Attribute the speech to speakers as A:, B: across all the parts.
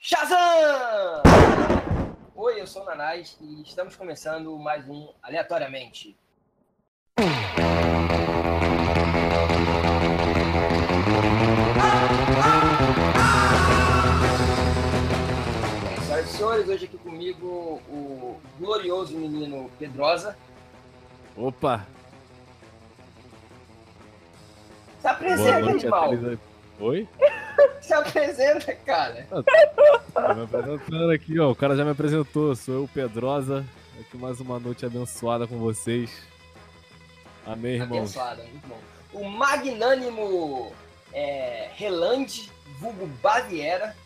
A: Shazam! Oi, eu sou o Nanás e estamos começando mais um Aleatoriamente. Bem, senhoras e senhores, hoje aqui comigo o glorioso menino Pedrosa.
B: Opa!
A: Se apresenta,
B: boa noite,
A: animal.
B: Atriz. Oi?
A: Se apresenta, cara.
B: Tá me apresentando aqui, ó. O cara já me apresentou. Sou eu, Pedrosa. Aqui mais uma noite abençoada com vocês. Amém, irmãos.
A: Abençoada, muito bom. O magnânimo é, Relande, vulgo Baviera.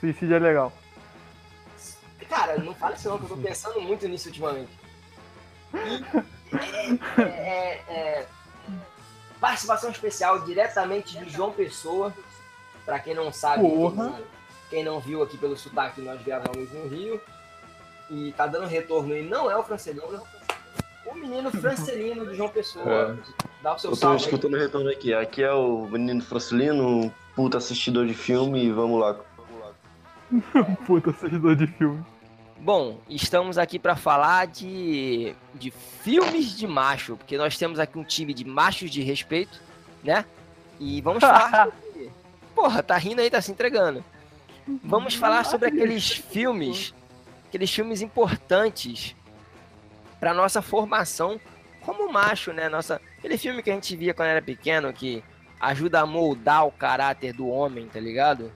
C: Suicídio é legal.
A: Cara, não fala isso não, que eu tô pensando muito nisso ultimamente. E, é, é, é, participação especial diretamente de João Pessoa. Pra quem não sabe,
C: Porra.
A: quem não viu aqui pelo sotaque, nós gravamos no Rio. E tá dando retorno e não é o Francelino. é O menino Francelino de João Pessoa. Dá o seu
D: Eu tô
A: salve. aí.
D: escutando o retorno aqui. Aqui é o menino Francilino, um puta assistidor de filme, e vamos lá.
C: Puta assistidor de filme.
A: Bom, estamos aqui para falar de, de filmes de macho, porque nós temos aqui um time de machos de respeito, né? E vamos falar. sobre- Porra, tá rindo aí, tá se entregando. Vamos falar sobre aqueles filmes, aqueles filmes importantes para nossa formação como macho, né? Nossa, aquele filme que a gente via quando era pequeno que ajuda a moldar o caráter do homem, tá ligado?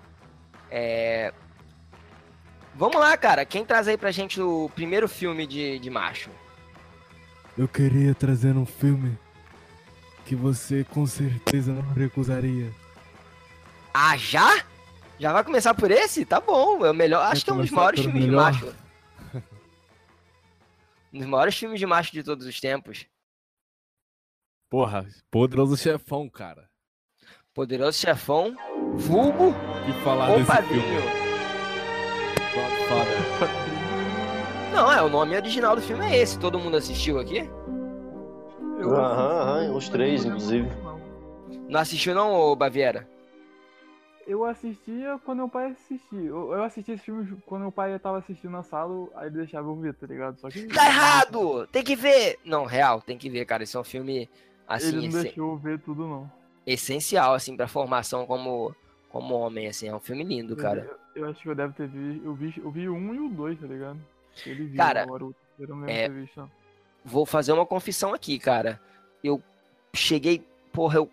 A: Vamos lá, cara. Quem traz aí pra gente o primeiro filme de, de macho?
B: Eu queria trazer um filme que você com certeza não recusaria.
A: Ah, já? Já vai começar por esse? Tá bom. É o melhor. Acho que é um dos
B: começar
A: maiores
B: pelo
A: filmes
B: melhor.
A: de macho. Um dos maiores filmes de macho de todos os tempos.
B: Porra, poderoso chefão, cara.
A: Poderoso Chefão, Vulgo
B: E falar
A: ou
B: Ah, desse
A: Padrinho.
B: filme. Fala.
A: Não, é o nome original do filme é esse. Todo mundo assistiu aqui?
D: Aham, aham, os três, inclusive.
A: Não assistiu não, ô Baviera?
C: Eu assistia quando meu pai assistia. Eu, eu assistia esse filme quando meu pai tava assistindo na sala, aí ele deixava eu ver, tá ligado? Só que.
A: Tá errado! Tem que ver! Não, real, tem que ver, cara. Esse é um filme assim.
C: Ele não
A: essen-
C: deixou eu ver tudo, não.
A: essencial, assim, pra formação como, como homem, assim. É um filme lindo, cara.
C: Eu, eu acho que eu devo ter visto. Eu vi, eu vi o um e o dois, tá ligado? Ele viu
A: Cara,
C: agora o terceiro, eu não lembro
A: é-
C: de ter visto, não.
A: Vou fazer uma confissão aqui, cara. Eu cheguei, porra, eu,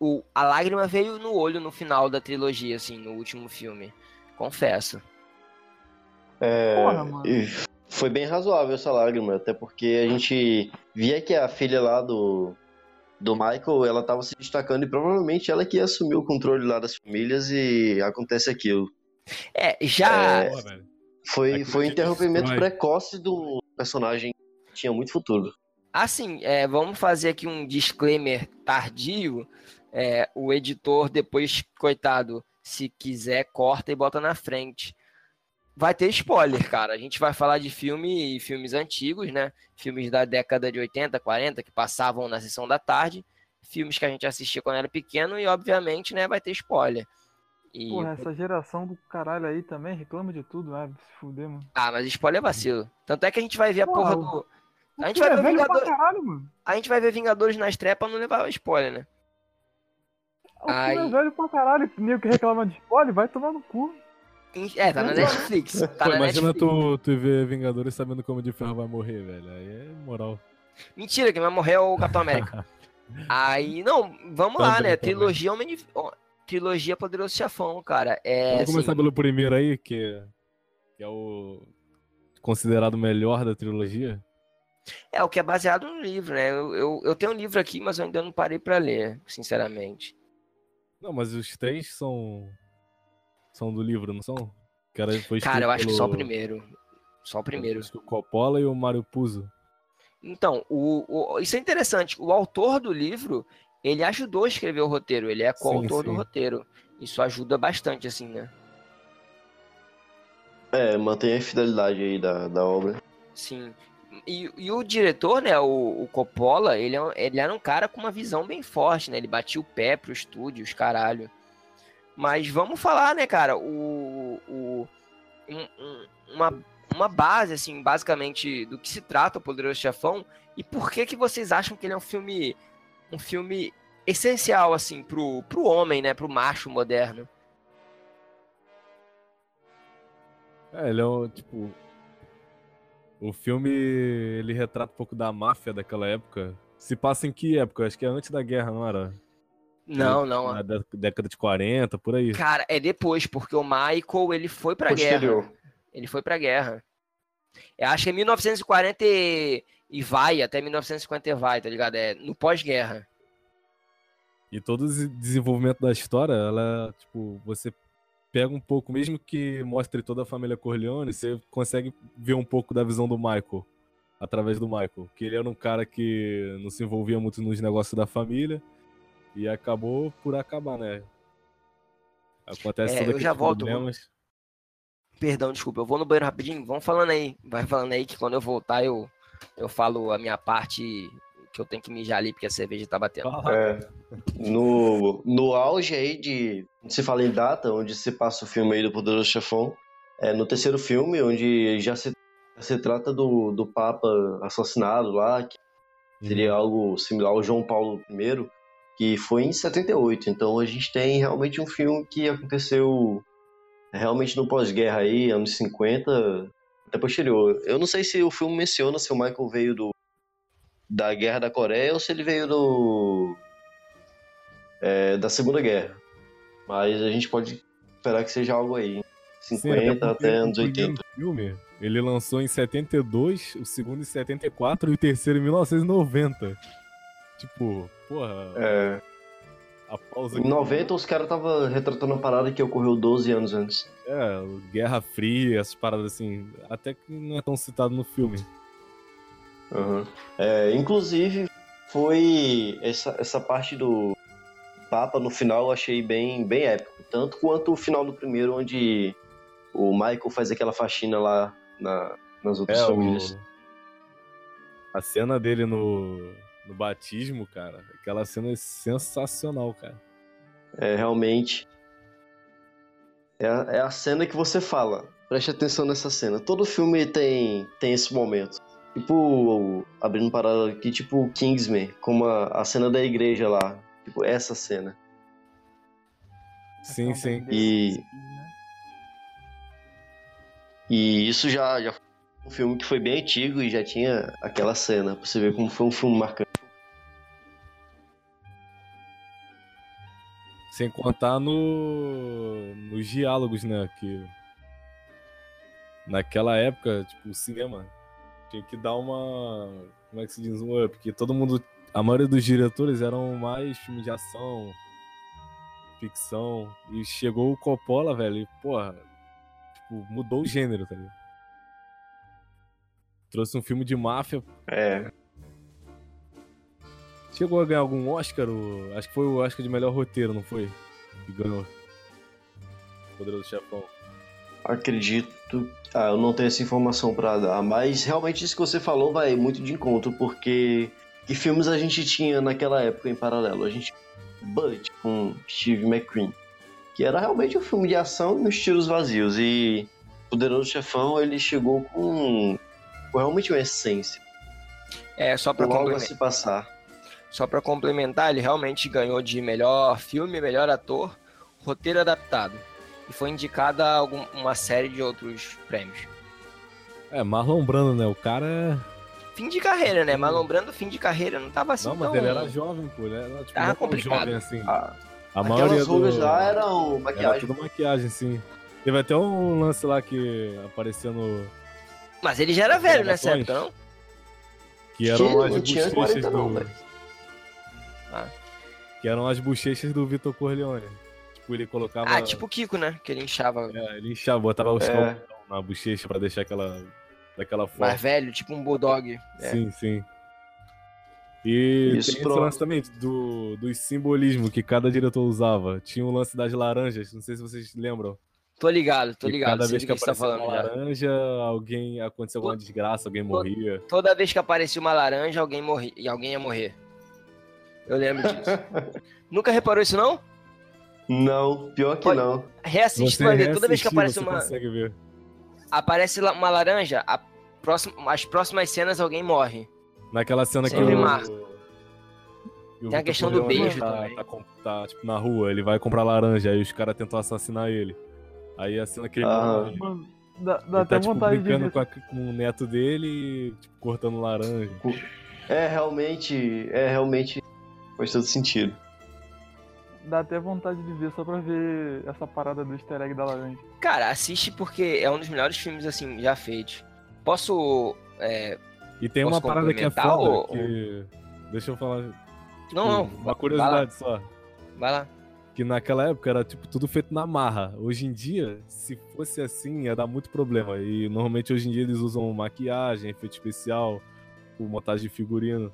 A: o, a lágrima veio no olho no final da trilogia, assim, no último filme. Confesso.
D: É,
C: Porra, mano.
D: e foi bem razoável essa lágrima, até porque a gente via que a filha lá do, do Michael, ela tava se destacando e provavelmente ela que assumiu o controle lá das famílias e acontece aquilo.
A: É, já.
D: É,
B: Porra, velho.
D: Foi,
B: Aquilo
D: foi um
B: que
D: interrompimento
B: destrói.
D: precoce do personagem que tinha muito futuro.
A: Assim, é, vamos fazer aqui um disclaimer tardio. É, o editor, depois, coitado, se quiser, corta e bota na frente. Vai ter spoiler, cara. A gente vai falar de filme e filmes antigos, né? Filmes da década de 80, 40, que passavam na sessão da tarde. Filmes que a gente assistia quando era pequeno e, obviamente, né, vai ter spoiler. E-
C: Porra, essa geração do caralho aí também reclama de tudo, né? Se fuder, mano.
A: Ah, mas spoiler é vacilo. Tanto é que a gente vai ver a porra
C: Porra, o-
A: do... A gente vai ver
C: é velho
A: Vingador-
C: pra caralho, mano.
A: A gente vai ver Vingadores na estreia pra não levar spoiler, né?
C: O filme
A: Ai.
C: é velho pra caralho. Nego que reclama de spoiler, vai tomar no cu.
A: Em- É, tá na Netflix. Tá
B: Pô,
A: na
B: imagina
A: Netflix.
B: tu, tu ver Vingadores sabendo como de ferro vai morrer, velho. Aí é moral.
A: Mentira, que vai morrer é o Capitão
B: É,
A: América. Aí, não, vamos lá,
B: Também,
A: né?
B: também.
A: Trilogia Homem de... ó, Trilogia Poderoso Chefão, cara. É,
B: Vamos começar
A: assim,
B: pelo primeiro aí, que, que é o considerado o melhor da trilogia.
A: é o que é baseado no livro, né? Eu, eu, eu tenho um livro aqui, mas eu ainda não parei pra ler, sinceramente.
B: Não, mas os três são. São do livro, não são? Que era- foi
A: Cara, eu acho
B: escrito
A: que só o
B: pelo- é.
A: primeiro. Só o primeiro.
B: acho que O Coppola e o Mario Puzo.
A: Então, o, o- isso é interessante. O autor do livro, ele ajudou a escrever o roteiro. Ele é coautor do
B: sim.
A: roteiro. Isso ajuda bastante, assim, né?
D: É, mantém a fidelidade aí da, da obra.
A: Sim. E, e o diretor, né, o, o Coppola, ele, é um- ele era um cara com uma visão bem forte, né? Ele batia o pé pro estúdio, os caralho. Mas vamos falar, né, cara? O, o, um- um- uma, uma base, assim, basicamente, do que se trata o Poderoso Chefão e por que que vocês acham que ele é um filme um filme essencial, assim, pro, pro homem, né? Pro macho moderno.
B: É, ele é um, tipo. O filme ele retrata um pouco da máfia daquela época. Se passa em que época? Acho que é antes da guerra, não era?
A: Não, não.
B: Na dé- década de 40, por aí.
A: Cara, é depois, porque o Michael, ele foi pra guerra.
D: Posterior.
A: Ele foi pra guerra. Eu acho que é 1940 e, e vai, até 1950 e vai, tá ligado? É no pós-guerra.
B: E todo o desi- desenvolvimento da história, ela, tipo, você pega um pouco, mesmo que mostre toda a família Corleone, você consegue ver um pouco da visão do Michael, através do Michael. Que ele era um cara que não se envolvia muito nos negócios da família e acabou por acabar, né? Acontece
A: É,
B: todos
A: eu já
B: aqueles
A: volto.
B: problemas.
A: Perdão, desculpa, eu vou no banheiro rapidinho. Vão falando aí, vai falando aí que quando eu voltar eu, eu falo a minha parte que eu tenho que mijar ali porque a cerveja tá batendo.
B: Fala.
D: É. No, no auge aí de. Se fala em data, onde se passa o filme aí do Poderoso Chefão, é no terceiro filme, onde já se, já se trata do, do Papa assassinado lá, que seria algo similar ao João Paulo I, que foi em 78. Então a gente tem realmente um filme que aconteceu realmente no pós-guerra aí, anos 50, até posterior. Eu não sei se o filme menciona se o Michael veio do da Guerra da Coreia ou se ele veio do é, da Segunda Guerra. Mas a gente pode esperar que seja algo aí,
B: Sim,
D: 50
B: porque
D: até
B: o
D: anos 80.
B: primeiro Filme, ele lançou em 72, o segundo em 74 e o terceiro em 1990. Tipo, porra,
D: É,
B: a pausa. que-
D: Em 90 os caras estavam retratando uma parada que ocorreu 12 anos antes.
B: É, o Guerra Fria, essas paradas assim. Até que não é tão citado no filme.
D: É, inclusive, foi essa, essa parte do Papa no final eu achei bem, bem épico. Tanto quanto o final do primeiro, onde o Michael faz aquela faxina lá na- nas outras
B: É, o...
D: famílias.
B: A cena dele no, no batismo, cara. Aquela cena é sensacional, cara.
D: É realmente. É, a- é a cena que você fala. Preste atenção nessa cena. Todo filme tem, tem esse momento. Tipo, o- abrindo parada aqui, tipo o Kingsman, como a, a cena da igreja lá. Tipo, essa cena.
B: Sim, sim.
D: E- E isso já, já foi um filme que foi bem antigo e já tinha aquela cena. Pra você ver como foi um filme marcante.
B: Sem contar no nos diálogos, né? Que naquela época, tipo, o cinema tinha que dar uma. Como é que se diz? Um up. Que todo mundo. A maioria dos diretores eram mais filme de ação, ficção. E chegou o Coppola, velho, e, porra, tipo, mudou o gênero, tá ligado? Trouxe um filme de máfia.
D: É.
B: Chegou a ganhar algum Oscar? o- Acho que foi o Oscar de melhor roteiro, não foi? Que ganhou. Poderoso Chefão.
D: Acredito. Ah, eu não tenho essa informação pra dar, mas realmente isso que você falou vai muito de encontro, porque que filmes a gente tinha naquela época em paralelo? A gente Bullet com Steve McQueen, que era realmente um filme de ação nos tiros vazios e Poderoso Chefão ele chegou com, com realmente uma essência,
A: É, só pra,
D: logo a
B: assim.
A: complementar,
D: se passar.
A: só pra complementar, ele realmente ganhou de melhor filme, melhor ator, roteiro adaptado. E foi indicada a algum- uma série de outros prêmios.
B: É, Marlon Brando, né? O cara.
A: Fim de carreira, né? Mas lembrando, fim de carreira não tava assim
B: Uhum. não, mas
A: tão...
D: Então,
B: ele era jovem, pô. Ele era, tipo,
A: Ah,
B: não tão
A: complicado.
B: jovem assim.
D: Ah,
B: A maioria
D: tá aquelas
B: do...
D: rugas lá eram
B: era
D: maquiagem.
B: tudo maquiagem, sim. Teve até um lance lá que aparecia no.
A: Mas ele já era velho nessa
B: Gravações.
A: época, não?
B: Que eram
D: Ele não
B: as
D: tinha
B: bochechas
D: 40
B: do.
D: não, velho.
A: Ah.
B: Que eram as bochechas do Vitor Corleone. Tipo, ele colocava.
A: Ah, tipo o Kiko, né? Que ele inchava
B: É, ele inchava, botava os
D: É.
B: calcanhar na bochecha pra deixar aquela. daquela forma.
A: mais velho, tipo um bulldog. É.
B: É. Sim, sim. E
D: Isso
B: tem
D: pro-
B: esse lance também do, do simbolismo que cada diretor usava. Tinha o lance das laranjas, não sei se vocês lembram.
A: Tô ligado, tô
B: Que
A: ligado.
B: Cada
A: sei
B: vez
A: do
B: que
A: que você tá
B: aparecia
A: falando
B: uma
A: já.
B: laranja, alguém aconteceu alguma desgraça, alguém morria.
A: Toda vez que aparecia uma laranja, alguém morria e alguém ia morrer. Eu lembro disso. Nunca reparou isso, não?
D: Não, pior que
A: Olha,
D: não.
A: Reassiste
B: Você
A: pra ver. tipo Toda vez que
B: reassistir,
A: aparece
B: você
A: uma,
B: consegue ver.
A: aparece lá uma laranja, a próxima, as próximas cenas alguém morre.
B: Naquela cena que
A: Sempre
B: o-
A: marca.
B: E o
A: Tem a
B: Vitor
A: questão do
B: Corleone
A: beijo
B: tá,
A: também.
B: Tá, com- tá, tipo, na rua, ele vai comprar laranja, aí os caras tentam assassinar ele. Aí a cena que ele,
D: Ah.
B: ele
C: Mano, dá, dá até
B: tá, tipo,
C: vontade de
B: brincando
C: ver.
B: com, a- com o neto dele e, tipo, cortando laranja.
D: É realmente. É realmente. Faz todo sentido.
C: Dá até vontade de ver só pra ver essa parada do easter egg da laranja.
A: Cara, assiste porque é um dos melhores filmes, assim, já feitos. Posso. é,
B: E tem
A: Posso
B: uma parada que é
A: complementar,
B: foda,
A: ou-
B: que... Deixa eu falar... tipo,
A: Não, não.
B: Uma curiosidade só.
A: Vai lá.
B: Que naquela época era, tipo, tudo feito na marra. Hoje em dia, se fosse assim, ia dar muito problema. E normalmente hoje em dia eles usam maquiagem, efeito especial, tipo, montagem de figurino.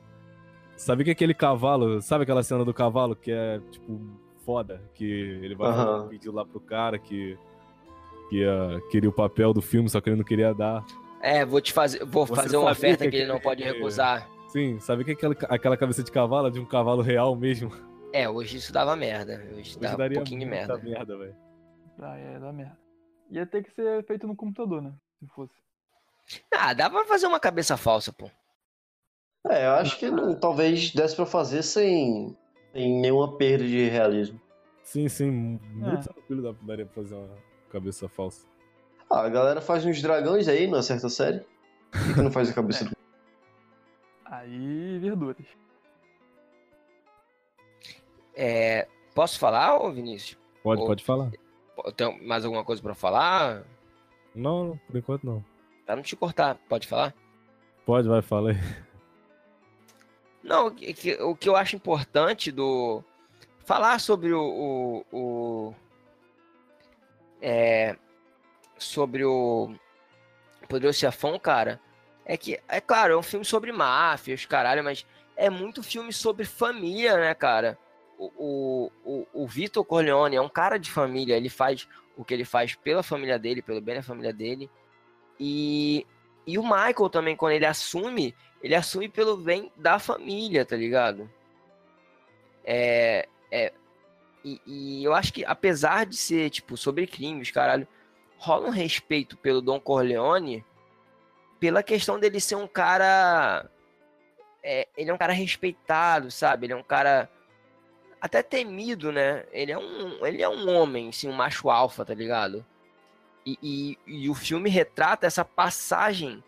B: Sabe que é aquele cavalo, sabe aquela cena do cavalo que é, tipo, foda? Que ele vai
D: Aham.
B: fazer um pedido lá pro cara que, que ah, queria o papel do filme, só que ele não queria dar.
A: É, vou te fazer. Vou
B: Você
A: fazer uma
B: sabia
A: oferta
B: que
A: que ele não pode
B: aquele-
A: recusar.
B: Sim, sabe que aquela, aquela cabeça de cavalo é de um cavalo real mesmo? Hoje
A: É, hoje isso dava merda. Hoje, dá um pouquinho de merda.
B: muita merda, velho.
C: Ah, é, dá merda. Ia ter que ser feito no computador, né? Se fosse.
A: Ah, dava pra fazer uma cabeça falsa, pô.
D: É, eu acho que não, talvez desse pra fazer sem, sem nenhuma perda de realismo.
B: Sim, sim, muito
C: É.
B: tranquilo dá- daria pra fazer uma cabeça falsa.
D: Ah, a galera faz uns dragões aí na certa série. Por que que não faz a cabeça do.
C: Aí, verduras.
A: É, posso falar, ô Vinícius?
B: Pode,
A: Ou-
B: pode falar.
A: Po- Tem mais alguma coisa pra falar?
B: Não, não, por enquanto não.
A: Pra não te cortar, pode falar?
B: Pode, vai, fala aí.
A: Não, o que- que- o que eu acho importante do. Falar sobre o. o, o- é, sobre o. Poderoso Chefão, cara. É que, é claro, é um filme sobre máfia, os caralho, mas é muito filme sobre família, né, cara? O, o, o, o Vitor Corleone é um cara de família, ele faz o que ele faz pela família dele, pelo bem da família dele. E, e o Michael também, quando ele assume ele assume pelo bem da família, tá ligado? É. é e, e eu acho que, apesar de ser, tipo, sobre crimes, caralho, rola um respeito pelo Don Corleone pela questão dele ser um cara. é, ele é um cara respeitado, sabe? Ele é um cara até temido, né? Ele é um, ele é um homem, assim, um macho alfa, tá ligado? E- e, e o filme retrata essa passagem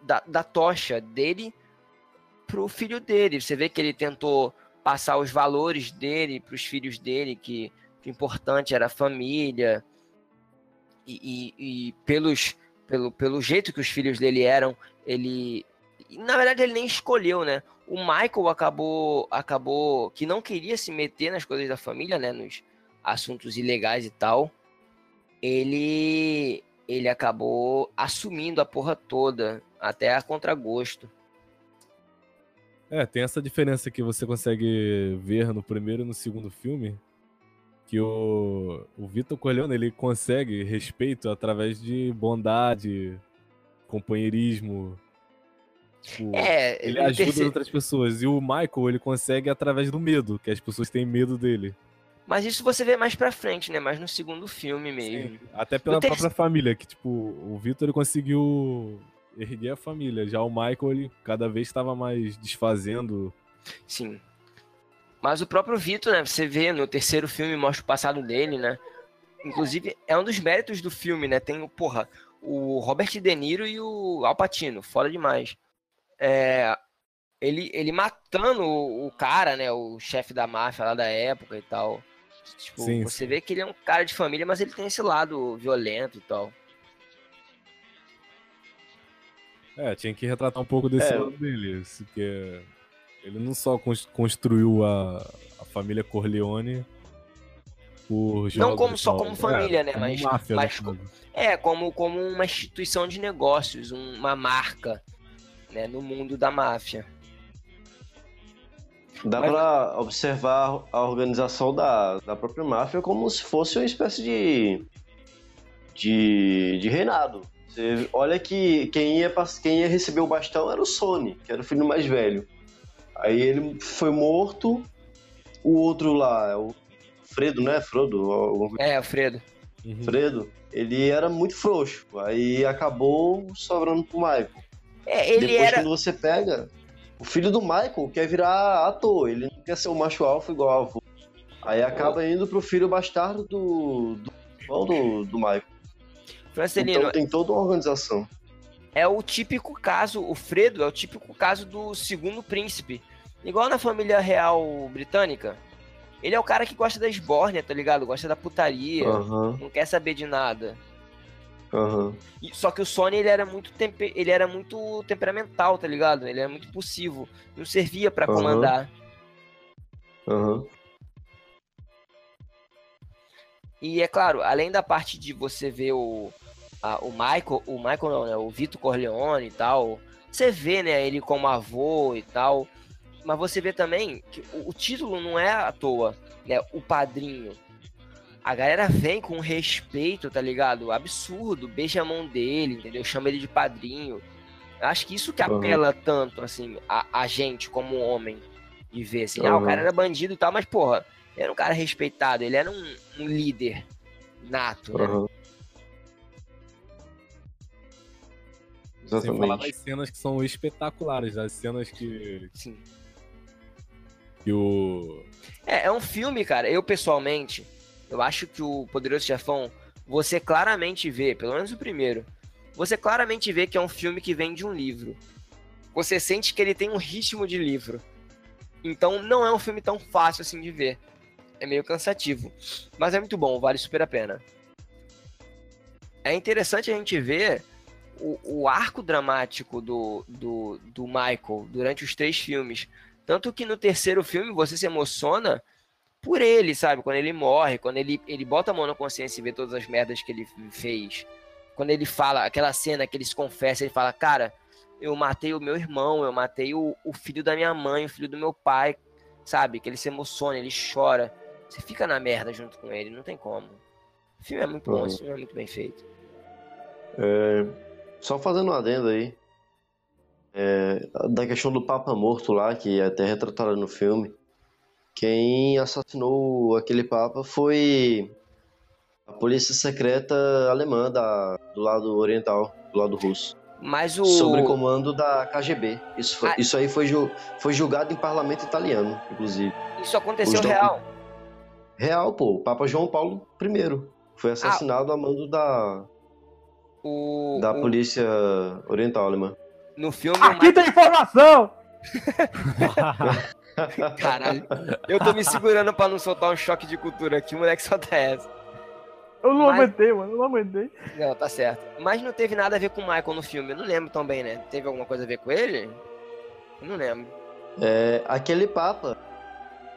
A: da, da tocha dele pro filho dele. Você vê que ele tentou passar os valores dele pros filhos dele, que o importante era a família. E, e- e pelos, pelo, pelo jeito que os filhos dele eram, ele. e, Na verdade, ele nem escolheu, né? O Michael acabou, acabou que não queria se meter nas coisas da família, né? Nos assuntos ilegais e tal. Ele ele acabou assumindo a porra toda, até a contragosto.
B: É, tem essa diferença que você consegue ver no primeiro e no segundo filme, que o, o Vitor Corleone, ele consegue respeito através de bondade, companheirismo, tipo,
A: É,
B: ele
A: no
B: ajuda
A: terceiro-
B: outras pessoas. E o Michael, ele consegue através do medo, que as pessoas têm medo dele.
A: mas isso você vê mais pra frente, né? Mais no segundo filme mesmo.
B: Sim, Até pela
A: No terce-
B: própria família, que tipo, o Vitor ele conseguiu erguer a família. Já o Michael, ele cada vez estava mais desfazendo.
A: Sim. Mas o próprio Vitor, né? Você vê no terceiro filme, mostra o passado dele, né? Inclusive, é um dos méritos do filme, né? Tem o, porra, o Robert De Niro e o Al Pacino, foda demais. É, ele, ele matando o, o cara, né? O chefe da máfia lá da época e tal. Tipo,
B: Sim,
A: você
B: sim.
A: vê que ele é um cara de família, mas ele tem esse lado violento e tal.
B: É, tinha que retratar um pouco desse
D: É.
B: lado dele, assim, porque ele não só cons- construiu a, a família Corleone por jogos
A: como-
B: e
A: só
B: tal. É,
A: como família, né, mas-
B: máfia,
A: mas co-
B: no caso.
A: É, como, como uma instituição de negócios, um- uma marca, né? No mundo da máfia.
D: Dá
A: Mas-
D: pra observar a organização da, da própria máfia como se fosse uma espécie de. de, de reinado. Você olha que quem ia, pass- quem ia receber o bastão era o Sony, que era o filho mais velho. Aí ele foi morto, o outro lá, o Fredo, né? Frodo, alguma coisa.
A: É, o Fredo.
B: Uhum.
D: Fredo, ele era muito frouxo. Aí acabou sobrando pro Michael.
A: É, ele
D: Depois,
A: era.
D: quando você pega, o filho do Michael quer virar ator, ele não quer ser um macho alfa igual ao avô. Aí acaba indo pro filho bastardo do, do irmão do, do Michael.
A: Francelino,
D: Então tem toda uma organização.
A: é o típico caso, o Fredo é o típico caso do segundo príncipe. Igual na família real britânica, ele é o cara que gosta da esbórnia, tá ligado? Gosta da putaria,
D: Aham,
A: não quer saber de nada.
D: aham.
A: E- Só que o Sony ele era muito tempe- ele era muito temperamental, tá ligado? Ele era muito impulsivo, não servia pra
D: Aham.
A: comandar.
D: Aham.
A: E é claro, além da parte de você ver o a- o Michael, o Michael não, né, o Vito Corleone e tal, você vê, né, ele como avô e tal, mas você vê também que o, o título não é à toa, né, o padrinho. A galera vem com respeito, tá ligado? Absurdo, beija a mão dele, entendeu? Chama ele de padrinho. Acho que isso que
D: Aham.
A: apela tanto, assim, a, a gente como homem. De ver assim, ah, o
D: Aham.
A: cara era bandido e tal, mas, porra, era um cara respeitado, ele era um, um líder nato, né?
D: Aham.
B: Sem falar
D: Exatamente.
B: das cenas que são espetaculares, as cenas que,
A: Assim,
B: que o.
A: É, é um filme, cara. Eu, pessoalmente, eu acho que o Poderoso Chefão, você claramente vê, pelo menos o primeiro, você claramente vê que é um filme que vem de um livro. Você sente que ele tem um ritmo de livro. Então, não é um filme tão fácil assim de ver. É meio cansativo. Mas é muito bom, vale super a pena. É interessante a gente ver o, o arco dramático do, do, do Michael durante os três filmes. Tanto que no terceiro filme você se emociona por ele, sabe? Quando ele morre, quando ele, ele bota a mão na consciência e vê todas as merdas que ele fez. Quando ele fala, aquela cena que ele se confessa, ele fala, cara, eu matei o meu irmão, eu matei o, o filho da minha mãe, o filho do meu pai, sabe? Que ele se emociona, ele chora. Você fica na merda junto com ele, não tem como. O filme é muito bom,
D: Uhum.
A: esse filme é muito bem feito.
D: É, Só fazendo um adendo aí, é, da questão do Papa Morto lá, que é até retrataram no filme, quem assassinou aquele Papa foi a polícia secreta alemã da- do lado oriental, do lado russo,
A: Mas o.
D: sobre comando da KGB. Isso, foi-
A: Ah.
D: isso aí foi, ju- foi julgado em parlamento italiano, inclusive.
A: Isso aconteceu
D: os docu-
A: real.
D: Real, pô, o Papa João Paulo I
A: Ah.
D: foi assassinado a mando da,
A: O,
D: da
A: o-
D: polícia oriental alemã.
A: No filme. o
C: Aqui tem informação!
A: Caralho. Eu tô me segurando pra não soltar um choque de cultura aqui, moleque solta essa.
C: Eu não
A: Mas-
C: aguentei, mano, eu não aguentei.
A: Não, tá certo. Mas não teve nada a ver com o Michael no filme, eu não lembro tão bem, né? Teve alguma coisa a ver com ele? Eu não lembro.
D: É, aquele Papa,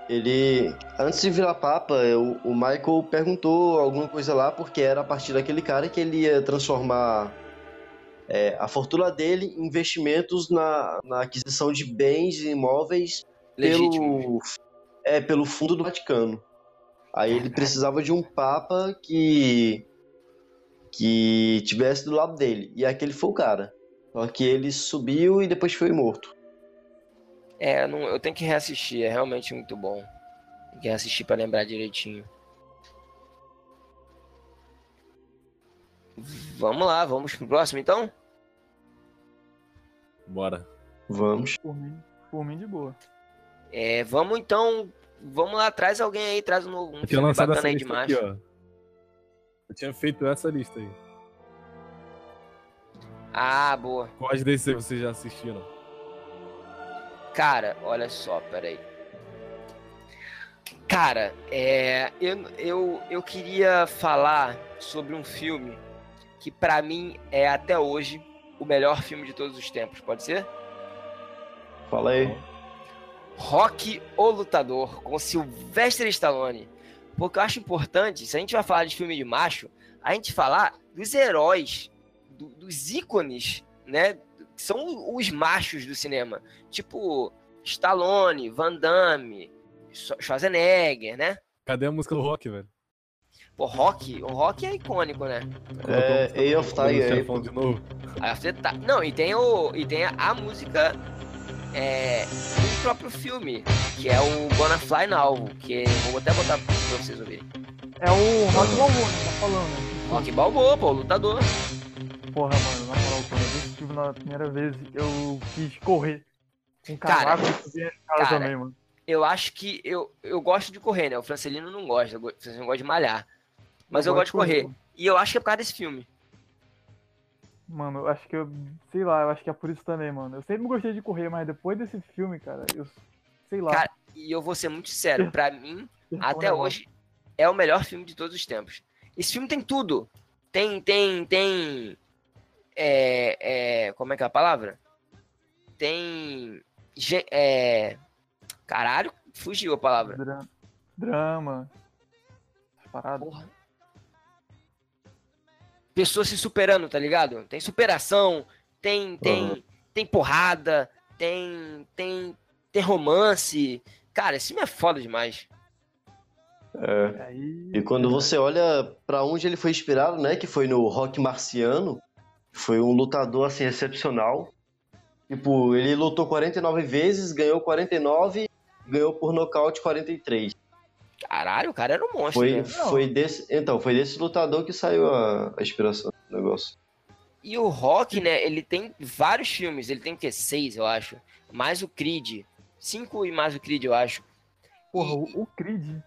D: ele, antes de virar Papa, o, o Michael perguntou alguma coisa lá, porque era a partir daquele cara que ele ia transformar é, a fortuna dele em investimentos na, na aquisição de bens e imóveis
A: Legítimo.
D: pelo, é, pelo fundo do Vaticano. Aí ele precisava de um Papa que que tivesse do lado dele. E aquele foi o cara. Só que ele subiu e depois foi morto.
A: É, eu não- eu tenho que reassistir, é realmente muito bom. Tem que reassistir pra lembrar direitinho. Vamos lá, vamos pro próximo então?
B: Bora.
D: Vamos.
C: Por mim, por mim de boa.
A: É, vamos então. Vamos lá, traz alguém aí, traz um, um
B: Eu tinha
A: filme
B: lançado essa
A: bacana aí de
B: lista
A: macho.
B: aqui, ó. Eu tinha feito essa lista aí.
A: Ah, boa.
B: Quais desses aí vocês já assistiram?
A: Cara, olha só, peraí. Cara, é, eu, eu, eu queria falar sobre um filme que pra mim é até hoje o melhor filme de todos os tempos, pode ser?
D: Fala aí.
A: Rock o Lutador, com Sylvester Stallone. Porque eu acho importante, se a gente vai falar de filme de macho, a gente falar dos heróis, do- dos ícones, né? Que são os machos do cinema. Tipo, Stallone, Van Damme, Schwa- Schwarzenegger, né?
B: Cadê a música do rock, velho?
A: Pô, Rock, o Rock é icônico, né?
D: É, Eye of
A: tá
D: Tiger aí,
B: Chefão de novo.
A: Aí você tá- Não, e tem, o, e tem a, a música é, do próprio filme, que é o Gonna Fly Now, que eu vou até botar pra vocês ouvirem.
C: É o Rock Balboa que tá falando.
A: Rock Balboa, pô, lutador.
C: Porra, mano, na moral, quando eu vi esse filme na primeira vez, eu quis correr. Com caraco e subir as caras
A: cara,
C: também, mano.
A: Eu acho que eu, eu gosto de correr, né? O Francelino não gosta, o Francelino gosta de malhar. Mas eu, gosto de correr. E eu acho que é por causa desse filme.
C: Mano, eu acho que eu. Sei lá, eu acho que é por isso também, mano. Eu sempre gostei de correr, mas depois desse filme, cara, eu. Sei lá.
A: Cara, E eu vou ser muito sincero, pra mim,
C: perco o
A: até
C: negócio.
A: hoje, é o melhor filme de todos os tempos. Esse filme tem tudo. Tem, tem, tem. É, é, como é que é a palavra? Tem. ge- É, caralho, fugiu a palavra.
C: Dra- Drama. Essas paradas.
A: Porra. Pessoas se superando, tá ligado? Tem superação, tem tem tem porrada, tem tem tem romance. Cara, esse filme é foda demais.
D: É.
C: Aí.
D: E quando você olha pra onde ele foi inspirado, né, que foi no rock marciano, foi um lutador assim excepcional. Tipo, ele lutou 49 vezes, ganhou 49, ganhou por nocaute 43.
A: Caralho, o cara era um monstro.
D: Foi,
A: né?
D: foi desse, então, foi desse lutador que saiu a, a inspiração do negócio.
A: E o Rock, né, ele tem vários filmes, ele tem o quê? Seis, eu acho. Mais o Creed. Cinco e mais o Creed, eu acho.
C: Porra, o, o Creed.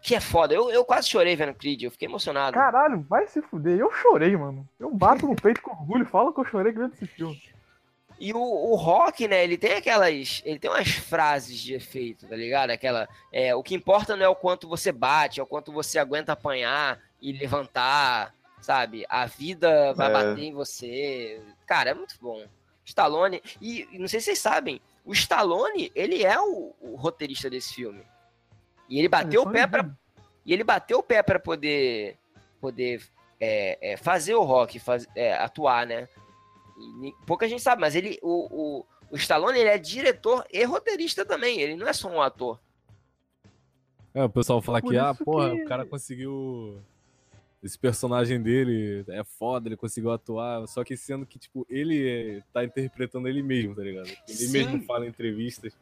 A: Que é foda. Eu, eu quase chorei vendo o Creed, eu fiquei emocionado.
C: Caralho, vai se fuder. Eu chorei, mano. Eu bato no peito com orgulho, falo que eu chorei vendo esse filme.
A: E o, o rock, né, ele tem aquelas. Ele tem umas frases de efeito, tá ligado? Aquela. É, o que importa não é o quanto você bate, é o quanto você aguenta apanhar e levantar, sabe? A vida vai
D: É.
A: bater em você. Cara, é muito bom. Stallone. E e não sei se vocês sabem, o Stallone, ele é o, o roteirista desse filme. E ele bateu o pé pra e ele bateu o pé para poder poder é, é, fazer o rock, faz- é, atuar, né? E ni- pouca gente sabe, mas ele, o, o, o Stallone, ele é diretor e roteirista também. Ele não é só um ator.
B: É, o pessoal fala
C: Por
B: que, ah,
C: isso
B: porra,
C: que-
B: o cara conseguiu. Esse personagem dele é foda, ele conseguiu atuar. Só que sendo que, tipo, ele é- tá interpretando ele mesmo, tá ligado? Ele
A: Sim.
B: mesmo fala em entrevistas.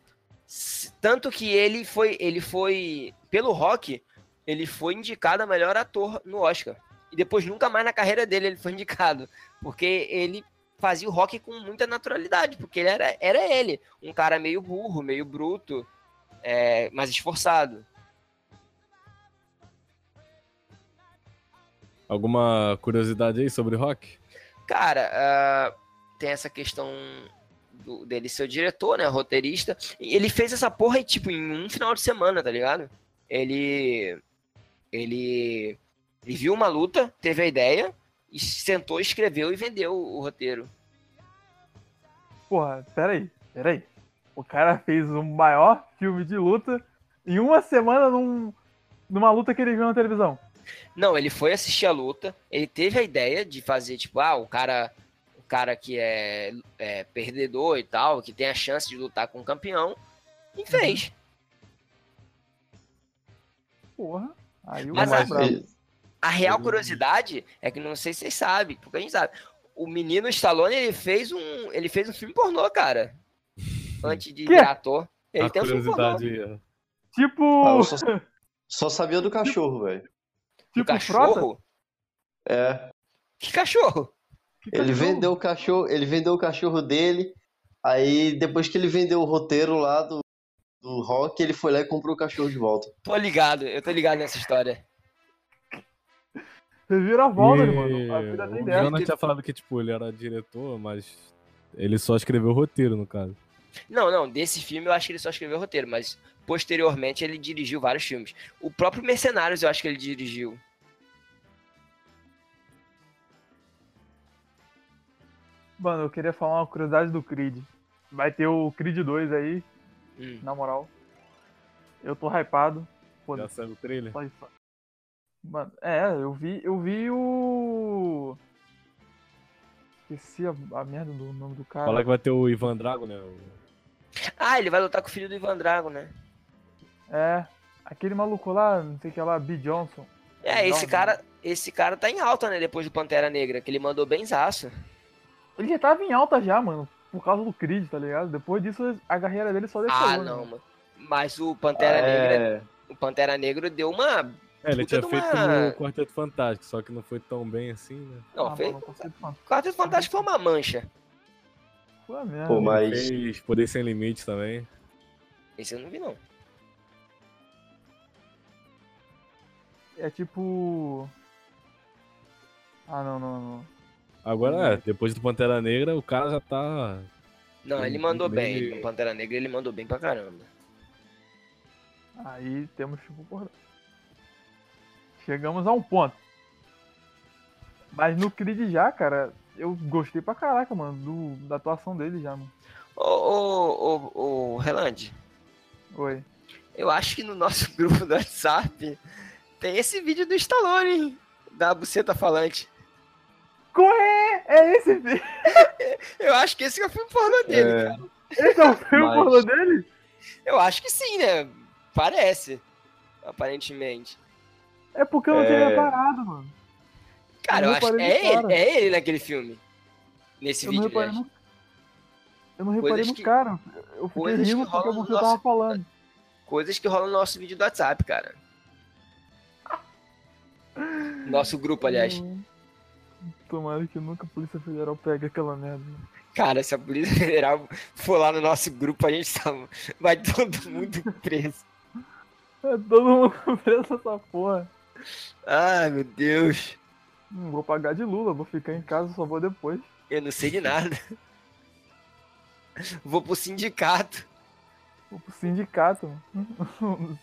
A: S- Tanto que ele foi, ele foi pelo rock, ele foi indicado a melhor ator no Oscar. E depois nunca mais na carreira dele ele foi indicado, porque ele fazia o rock com muita naturalidade, porque ele era, era ele, um cara meio burro, meio bruto, é, mas esforçado.
B: Alguma curiosidade aí sobre rock?
A: Cara, ah, tem essa questão do- dele ser o diretor, né? Roteirista. E Ele fez essa porra aí, tipo, em um final de semana, tá ligado? Ele. Ele. Ele viu uma luta, teve a ideia, e sentou, escreveu e vendeu o, o roteiro.
C: Porra, peraí, peraí. O cara fez o maior filme de luta em uma semana num, numa luta que ele viu na televisão.
A: Não, ele foi assistir a luta, ele teve a ideia de fazer, tipo, ah, o cara. O cara que é, é perdedor e tal, que tem a chance de lutar com o campeão, e fez.
C: Porra. Aí o
A: Mas
C: cara
A: a-
C: é brabo.
D: Ele-
A: A real
B: Hum.
A: curiosidade é que não sei se vocês sabem, porque a gente sabe. O menino Stallone, ele fez um, ele fez um filme pornô, cara. Antes de
C: Quê?
A: virar ator. Ele
B: a
A: tem um filme pornô.
B: curiosidade. é.
C: Tipo.
D: ah, eu só, só sabia do cachorro, velho.
A: Do
C: tipo,
A: cachorro?
C: Frota.
D: É,
A: Que cachorro?
C: tipo Que
D: ele
C: cachorro?
D: vendeu o cachorro, ele vendeu o cachorro dele. Aí depois que ele vendeu o roteiro lá do, do rock, ele foi lá e comprou o cachorro de volta.
A: Tô ligado, eu tô ligado nessa história.
C: Você vira a volta,
B: E
C: mano. A vida é tem
B: O
C: dessa.
B: Jonas tinha falado que, tipo, ele era diretor, mas ele só escreveu o roteiro, no caso.
A: Não, não, desse filme eu acho que ele só escreveu o roteiro, mas posteriormente ele dirigiu vários filmes. O próprio Mercenários eu acho que ele dirigiu.
C: Mano, eu queria falar uma curiosidade do Creed. Vai ter o Creed 2 aí,
A: Hum.
C: na moral. Eu tô hypado. Pô,
B: Já saiu o trailer?
C: só isso. Mano, é, eu vi, eu vi o. Esqueci a, a merda do nome do cara.
B: Fala que vai ter o Ivan Drago, né? O-
A: Ah, ele vai lutar com o filho do Ivan Drago, né?
C: É, aquele maluco lá, não sei o que lá, B. Johnson.
A: É, esse
C: Não,
A: cara, esse cara tá em alta, né, depois do Pantera Negra, que ele mandou benzaço.
C: Ele já tava em alta já, mano, por causa do Creed, tá ligado? Depois disso, a carreira dele só decolou.
A: Ah,
C: né?
A: não, mano. Mas o Pantera Negra,
D: é,
A: o Pantera Negro deu uma.
B: É, ele
A: Puta
B: tinha
A: de
B: feito
A: uma-
B: no Quarteto Fantástico, só que não foi tão bem assim, né?
A: Não,
C: Ah,
A: fez.
C: mano, eu consigo falar.
A: O Quarteto Fantástico foi uma mancha.
C: Pô, é merda.
D: Pô, mas-
B: Ele fez Poder Sem Limite também.
A: Esse eu não vi, não.
C: É tipo. Ah, não, não, não.
B: Agora, é, depois do Pantera Negra, o cara já tá.
A: Não,
B: Eu
A: ele
B: não vi
A: mandou bem.
B: nem-
A: Ele, no Pantera Negra ele mandou bem pra caramba.
C: Aí temos que concordar. Chegamos a um ponto. Mas no Creed já, cara, eu gostei pra caraca, mano, do- da atuação dele já, mano.
A: Ô, ô, ô, ô, Reland,
C: Oi.
A: eu acho que no nosso grupo do WhatsApp tem esse vídeo do Stallone, hein? Da buceta falante.
C: Corre! É esse filme?
A: Eu acho que esse é o filme pornô dele,
D: É.
A: cara.
C: Esse é o filme
D: Mas-
C: pornô dele?
A: Eu acho que sim, né? Parece. Aparentemente.
C: É porque eu não tinha
D: É.
C: reparado, mano.
A: Cara, eu,
C: Eu não
A: acho.
C: reparei
A: É
C: no
A: ele,
C: cara.
A: é ele naquele filme. Nesse
C: Eu não
A: vídeo, né?
C: reparei
A: aliás.
C: no. Eu não reparei
A: Coisas
C: no
A: que-
C: cara. Eu fiquei
A: coisas que
C: rindo porque
A: rolam no
C: você
A: nosso-
C: tava falando.
A: Coisas que rolam no nosso vídeo do WhatsApp, cara. Nosso grupo, aliás.
C: Hum. Tomara que nunca a Polícia Federal pegue aquela merda.
A: Cara, se a Polícia Federal for lá no nosso grupo, a gente tá... vai todo mundo preso.
C: É todo mundo preso essa porra.
A: Ai, meu Deus.
C: Hum, vou pagar de Lula, vou ficar em casa, só vou depois.
A: Eu não sei de nada. Vou pro sindicato.
C: Vou pro sindicato, mano.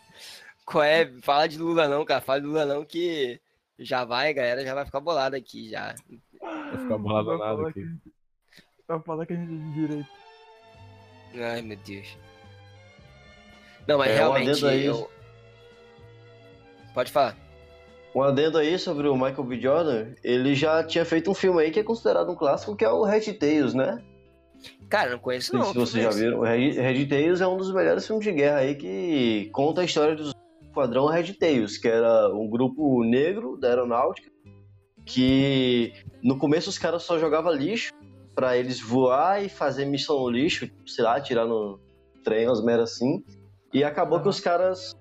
A: Qual é? Fala de Lula não, cara. Fala de Lula não que já vai, a galera já vai ficar bolada aqui já.
B: Vai ficar Tá
C: Uhum.
B: bolado
C: Vai
B: nada
C: falar
B: aqui.
C: que- Vai falar que a gente é de direito.
A: Ai, meu Deus. Não, mas
D: É, um
A: realmente
D: adendo aí.
A: eu... Pode falar.
D: Um adendo aí sobre o Michael B. Jordan, ele já tinha feito um filme aí que é considerado um clássico, que é o Red Tails, né?
A: Cara, não conheço
D: Não
A: não.
D: sei se vocês
A: que
D: já
A: isso?
D: viram. O Red Red Tails é um dos melhores filmes de guerra aí que conta a história do esquadrão Red Tails, que era um grupo negro da aeronáutica que no começo os caras só jogavam lixo pra eles voar e fazer missão no lixo, tipo, sei lá, tirar no trem, umas meras assim. E acabou que os caras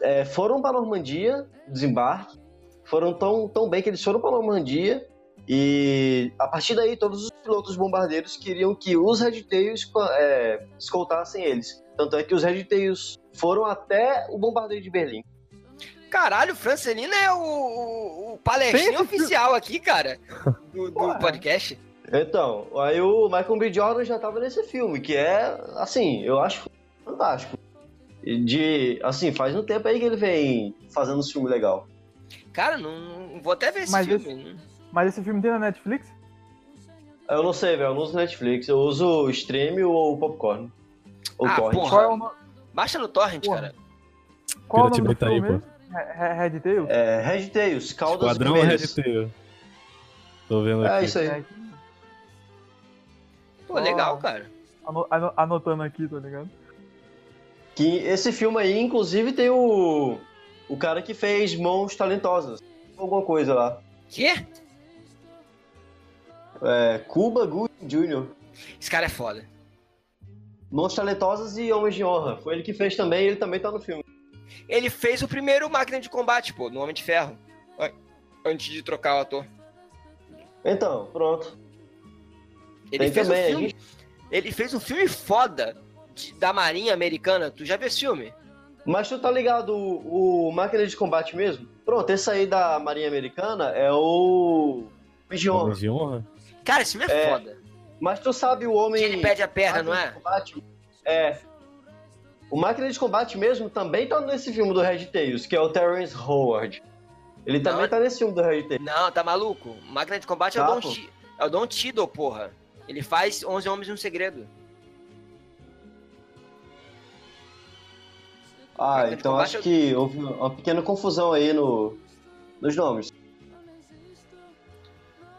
D: é, foram pra Normandia, desembarque, foram tão, tão bem que eles foram pra Normandia e a partir daí, todos os pilotos bombardeiros queriam que os Red Tails é, escoltassem eles. Tanto é que os Red Tails foram até o bombardeio de Berlim.
A: Caralho, o Francelino é o, o, o palestrinho
C: Tem esse
A: oficial aqui, cara, do, do
C: Porra.
A: podcast.
D: Então, aí o Michael B. Jordan já tava nesse filme, que é, assim, eu acho fantástico. E De, assim, faz um tempo aí que ele vem fazendo um filme legal.
A: Cara, não, não- vou até ver esse
C: Mas
A: filme.
C: Mas esse filme tem na Netflix?
D: Eu não sei, velho, eu não uso Netflix, eu uso o Stream ou o Popcorn. Ou
A: Ah,
D: Torrent.
A: porra.
C: Qual é o, no...
A: Baixa no Torrent,
C: Porra.
A: cara.
C: Qual é o
B: Pirate
C: nome
B: Bay
C: do
B: tá aí,
C: filme mesmo? Re- Re- Red Tails?
D: É, Red Tails, Caldas
B: Esquadrão Red
D: Vermelhas.
B: Tail. Tô vendo
D: É
B: aqui.
D: isso aí.
A: Pô,
C: Porra.
A: legal, cara.
C: é, Ano- ano- Anotando aqui, tá ligado?
D: Que esse filme aí, inclusive, tem o. O cara que fez Mãos Talentosas. Alguma coisa lá.
A: Quê?
D: É, Cuba Gooding Jr.
A: Esse cara é foda.
D: Mãos Talentosas e Homens de Honra. Foi ele que fez também, ele também tá no filme.
A: Ele fez o primeiro Máquina de Combate, pô, no Homem de Ferro. An- Antes de trocar o ator.
D: Então, pronto.
A: Ele
D: Tem
A: fez, um
D: também, a
A: filme, ele fez um filme foda de- da Marinha Americana. Tu já viu esse filme?
D: Mas tu tá ligado, o, o Máquina de Combate mesmo? Pronto, esse aí da Marinha Americana é o. Homens de
B: Homem
D: Honra.
B: de honra?
A: Cara, esse filme é,
D: É,
A: foda.
D: Mas tu sabe o homem.
A: Que ele perde a perna, não
D: Máquina de
A: é?
D: Combate? É. O Máquina de Combate mesmo também tá nesse filme do Red Tails, que é o Terrence Howard. Ele também
A: Não. é-
D: tá nesse filme do Red Tails.
A: Não, tá maluco? Máquina de Combate é o
D: Tá,
A: Don,
D: pô.
A: Ti- é o Don Tiddle, porra. Ele faz 11 Homens e um Segredo.
D: Ah,
A: Máquina de
D: então
A: combate
D: acho
A: é-
D: que houve uma pequena confusão aí no, nos nomes.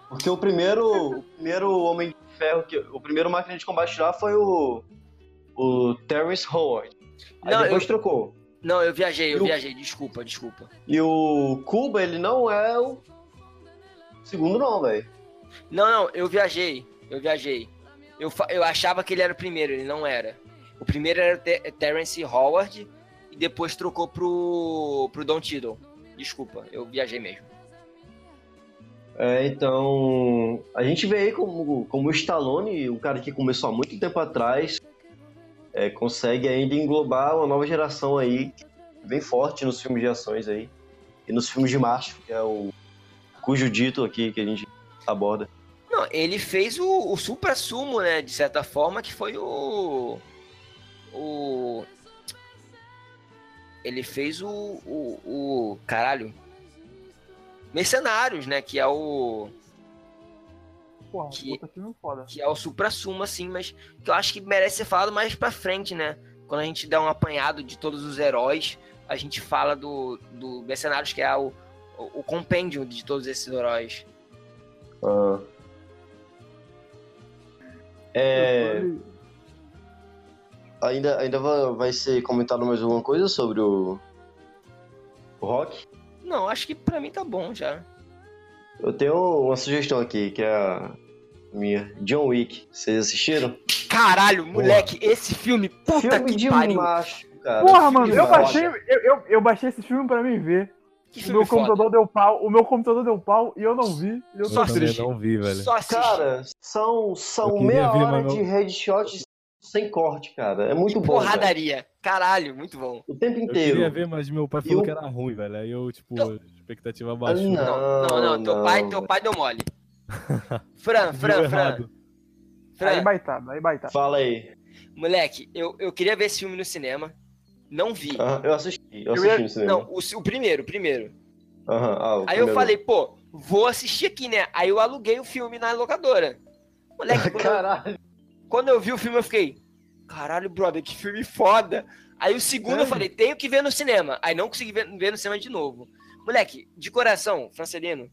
D: Porque o primeiro, o primeiro Homem de Ferro, que, o primeiro Máquina de Combate lá foi o, o Terrence Howard. Aí
A: Não,
D: depois
A: eu-
D: trocou.
A: Não, eu viajei, eu
D: E o-
A: viajei. Desculpa, desculpa.
D: E o Cuba, ele não é o segundo não, velho.
A: Não, não, eu viajei. Eu viajei. Eu, fa- eu achava que ele era o primeiro, ele não era. O primeiro era o Te- Terence Howard e depois trocou pro, pro Don Tiddle. Desculpa, eu viajei mesmo.
D: É, então, a gente vê aí como, como o Stallone, um cara que começou há muito tempo atrás, é, consegue ainda englobar uma nova geração aí, que vem forte nos filmes de ações aí, e nos filmes de macho, que é o cujo dito aqui que a gente aborda.
A: Não, ele fez o, o supra-sumo, né, de certa forma, que foi o... o ele fez o, o, o caralho, Mercenários, né? Que é o.
C: Porra,
A: Que-
C: é puta filme foda.
A: Que é o supra-sumo, assim, mas que eu acho que merece ser falado mais pra frente, né? Quando a gente dá um apanhado de todos os heróis, a gente fala do, do Mercenários, que é o, o, o compêndio de todos esses heróis.
D: Ah. É,
C: Eu- eu-
D: ainda ainda va- vai ser comentado mais alguma coisa sobre o, o rock?
A: Não, acho que pra mim tá bom já.
D: Eu tenho uma sugestão aqui, que é a minha. John Wick. Vocês assistiram?
A: Caralho, moleque, esse filme, puta
D: Filme
A: que
D: de
A: pariu.
D: macho, cara.
C: Porra,
D: Filme
C: mano,
D: de
C: eu
D: macho.
C: baixei, eu, eu, eu baixei esse filme pra mim ver.
A: Que
C: O
A: filme
C: meu
A: foda.
C: computador deu pau, o meu computador deu pau e eu não vi. E eu
B: Eu
C: tô
A: Só
B: também
C: triste.
A: assisti.
B: não vi, velho.
A: Só assiste.
D: Cara, são, são
B: Eu queria
D: meia
B: ver,
D: hora
B: mas
D: de
B: não-
D: headshot sem corte, cara. É muito bom. velho.
A: Porradaria. Caralho, muito bom.
D: O tempo
B: Eu queria
D: inteiro.
B: ver, mas meu pai falou
D: Eu-
B: que era ruim, velho. Aí eu, tipo,
A: Não.
B: a expectativa baixou.
D: Ah,
A: Não, não, não. Teu
D: não,
A: pai, teu
D: velho.
A: pai deu mole. Fran, Fran,
B: Deu
A: Fran.
B: errado.
A: Fran,
C: Aí tá, baitado, aí baitado.
D: Fala aí.
A: Moleque, eu, eu queria ver esse filme no cinema. Não vi.
D: Aham, eu assisti,
C: Eu
D: eu assisti
C: ia-
D: no cinema.
A: Não, o, o primeiro, o primeiro.
D: Aham, ah, o
A: Aí eu
D: primeiro.
A: falei, pô, vou assistir aqui, né? Aí eu aluguei o filme na locadora. Moleque, quando, eu,
D: Caralho,
A: quando eu vi o filme, eu fiquei, caralho, brother, que filme foda. Aí o segundo eu
D: É.
A: falei, tenho que ver no cinema. Aí não consegui ver, ver no cinema de novo. Moleque, de coração, Francelino,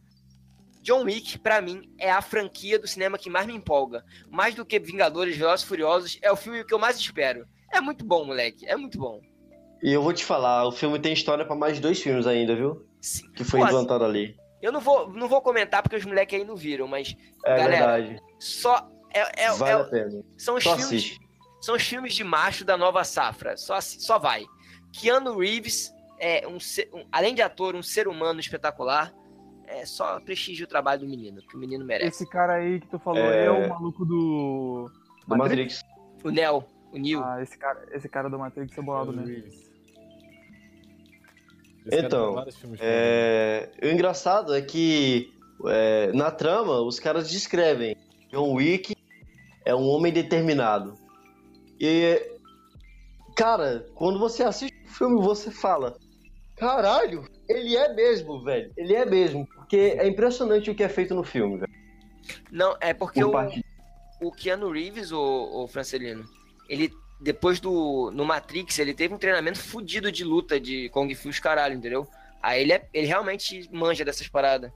A: John Wick, pra mim, é a franquia do cinema que mais me empolga. Mais do que Vingadores, Velozes e Furiosos, é o filme que eu mais espero. É muito bom, moleque, é muito bom.
D: E eu vou te falar, o filme tem história pra mais dois filmes ainda, viu?
A: Sim.
D: Que foi
A: Pô,
D: implantado ali.
A: Eu não vou, não vou comentar porque os moleques aí não viram, mas
D: É
A: Galera,
D: verdade.
A: só. é- é- é-
D: vale a pena.
A: são, os
D: Só
A: filmes,
D: assiste.
A: são os filmes de macho da nova safra. Só, assi- só vai. Keanu Reeves é um, ser- um- além de ator, um ser humano espetacular. É só prestigia o trabalho do menino, que o menino merece.
C: Esse cara aí que tu falou
D: É.
C: é, o maluco do.
D: Do Matrix.
A: O Neo, o Neil.
C: Ah, esse cara, esse cara do Matrix é bolado
A: né?
C: mesmo.
B: Esse cara
D: Então,
B: tem vários filmes fodas.
D: É, o engraçado é que é, na trama os caras descrevem John Wick é um homem determinado. E cara, quando você assiste o filme você fala, caralho, ele é mesmo, velho. Ele é mesmo, porque é impressionante o que é feito no filme, velho.
A: Não, é porque
D: Por
A: o,
D: parte-
A: o Keanu Reeves, o, o Francelino, ele depois do no Matrix, ele teve um treinamento fudido de luta de Kung Fu os caralho, entendeu? Aí ele, é- ele realmente manja dessas paradas.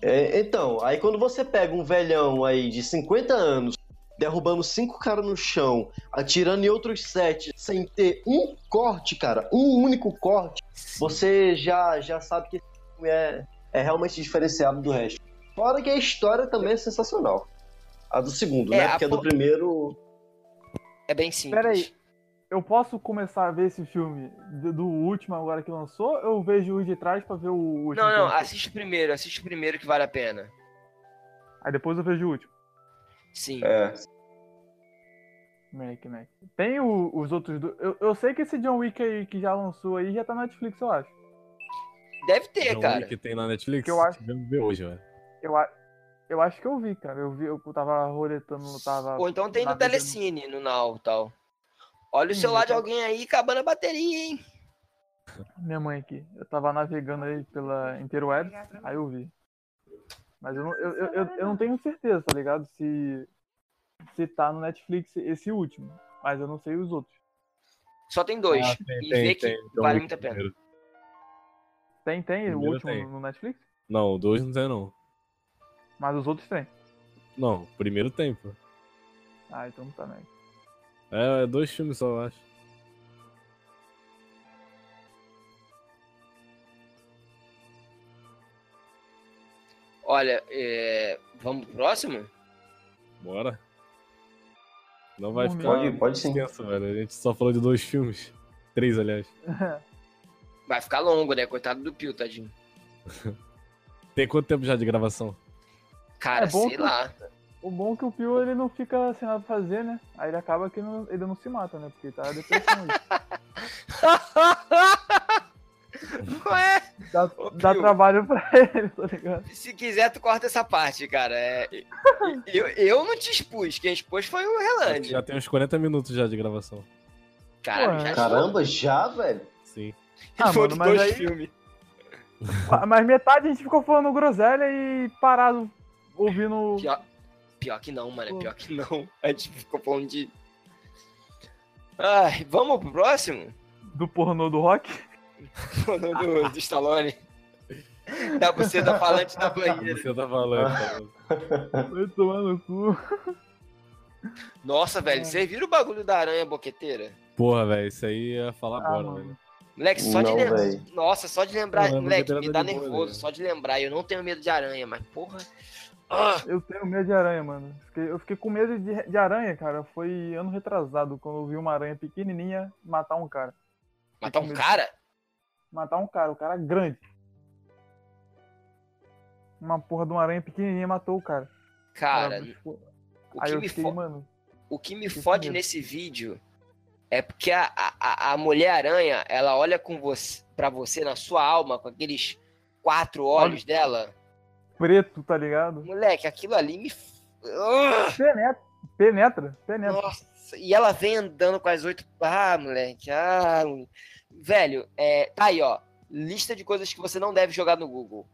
D: É, então, aí quando você pega um velhão aí de 50 anos derrubando cinco caras no chão, atirando em outros sete sem ter um corte, cara, um único corte você já, já sabe que esse filme é, é realmente diferenciado do resto. Fora que a história também é sensacional. A do segundo,
A: É,
D: né?
A: a
D: Porque a do
A: po-
D: primeiro.
A: É bem simples.
C: Pera aí. Eu posso começar a ver esse filme do, do último agora que lançou? Eu vejo o de trás pra ver o último.
A: Não,
C: que
A: não,
C: lançou?
A: assiste primeiro, assiste primeiro que vale a pena.
C: Aí depois eu vejo o último.
A: Sim.
D: É.
C: Mac, Mac. Tem o- os outros do... eu, eu sei que esse John Wick aí que já lançou aí já tá na Netflix, eu acho.
A: Deve ter,
B: John
A: cara.
B: Wick tem na Netflix?
C: Que eu acho-
B: Tivemos ver hoje, velho.
C: Eu, a- eu acho que eu vi, cara. Eu vi, eu tava roletando, eu tava.
A: Ou então tem no
C: navegando.
A: Telecine, no Now e tal. Olha o
C: Sim,
A: celular de
C: então.
A: alguém aí acabando a bateria, hein?
C: Minha mãe aqui. Eu tava navegando aí pela Interweb, aí eu vi. Mas eu não, eu, eu, eu, eu não tenho certeza, tá ligado? Se, se tá no Netflix esse último. Mas eu não sei os outros.
A: Só tem dois.
B: Ah, tem,
A: e
B: tem,
A: vê que
B: tem. John
A: vale
B: Wick
A: muito a pena.
B: primeiro.
C: Tem, tem o
B: Primeiro
C: último
B: tem.
C: no Netflix?
B: Não, dois não tem, não.
C: Mas os outros tem.
B: Não, o primeiro tem, pô.
C: Ah, então tá, né?
B: É, é dois filmes só, eu acho.
A: Olha, é, vamos pro próximo?
B: Bora. Não vai
C: Por mim.
B: ficar
D: Pode- pode sim.
B: extenso, velho. A gente só falou de dois filmes. Três, aliás.
A: Vai ficar longo, né? Coitado do Pio, tadinho.
B: Tem quanto tempo já de gravação?
A: Cara,
C: É bom
A: sei
C: que-
A: lá.
C: O bom é que o Pio ele não fica sem nada pra fazer, né? Aí ele acaba que não- ele não se mata, né? Porque ele tá depressão.
A: Não é?
C: dá,
A: Ô,
C: dá
A: Pio.
C: trabalho pra ele, tá ligado?
A: Se quiser, tu corta essa parte, cara. É, eu, eu não te expus. Quem expôs foi o Reland.
B: Já tem uns 40 minutos já de gravação.
A: Cara,
C: Ué.
A: já
D: Caramba, já, velho?
B: Sim.
C: Ah,
A: Foi
C: mano,
A: dos
C: mas
A: dois
C: aí-
A: filmes.
C: Pa- Mas metade a gente ficou falando groselha e parado ouvindo.
A: Pior, pior que não, mano.
C: Pô.
A: Pior que não. A gente ficou falando de. Ai, vamos pro próximo?
C: do pornô do rock.
A: Falando do, do Stallone. Da buceta falante da banheira.
B: Você tá
A: Ah.
B: falando. cara.
C: Vai tomar no cu.
A: Nossa,
C: É.
A: velho, vocês viram o bagulho da aranha boqueteira?
B: Porra, velho, isso aí ia falar
C: Ah,
B: agora,
C: mano.
A: né?
B: velho.
A: Moleque, só de
D: Não,
A: lembrar.
D: velho.
A: Nossa, só de lembrar.
C: é
B: Porra, a
A: moleque,
B: boqueteira
A: me
B: tá
A: dá
B: de boa,
A: nervoso,
B: velho.
A: só de lembrar. Eu não tenho medo de aranha, mas porra. Ah,
C: Eu tenho medo de aranha, mano. Fiquei- eu fiquei com medo de, de aranha, cara. Foi ano retrasado quando eu vi uma aranha pequenininha matar um cara.
A: matar um cara?
C: Matar um cara, o cara grande. Uma porra de uma aranha pequenininha matou o cara.
A: Cara,
C: Aí eu-
A: o
C: Ah, aí
A: que
C: eu
A: me
C: fiquei,
A: fo-
C: mano.
A: O que me
C: Fiquei com
A: fode
C: medo.
A: nesse vídeo é porque a, a- a, a Mulher Aranha, ela olha com você, para você na sua alma com aqueles quatro olhos dela.
C: Preto, tá ligado?
A: Moleque, aquilo ali me f- Ah! Ugh!
C: Penetra, penetra, penetra.
A: Nossa, e ela vem andando com as oito. Ah, moleque. Ah, mo- velho, é, tá aí, ó. Lista de coisas que você não deve jogar no Google.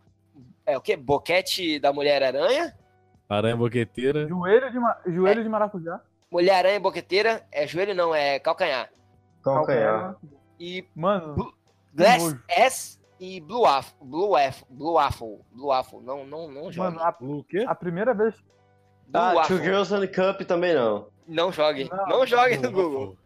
A: É o quê? Boquete da Mulher Aranha?
B: Aranha boqueteira.
C: Joelho de, ma- joelho de maracujá.
A: Mulher Aranha boqueteira é joelho, não, é calcanhar.
C: é
D: Calcanhar.
A: E
C: Mano,
A: Glass
C: nojo.
A: S e Blue Waffle. Blue Waffle. Blue Waffle. Blue Waffle. Não, não, não jogue.
C: mano a,
B: O quê?
C: a primeira vez
A: Blue
D: Ah, Two
A: Waffle.
D: Girls and a Cup também não.
A: Não jogue. Não,
C: Não,
A: jogue no Google.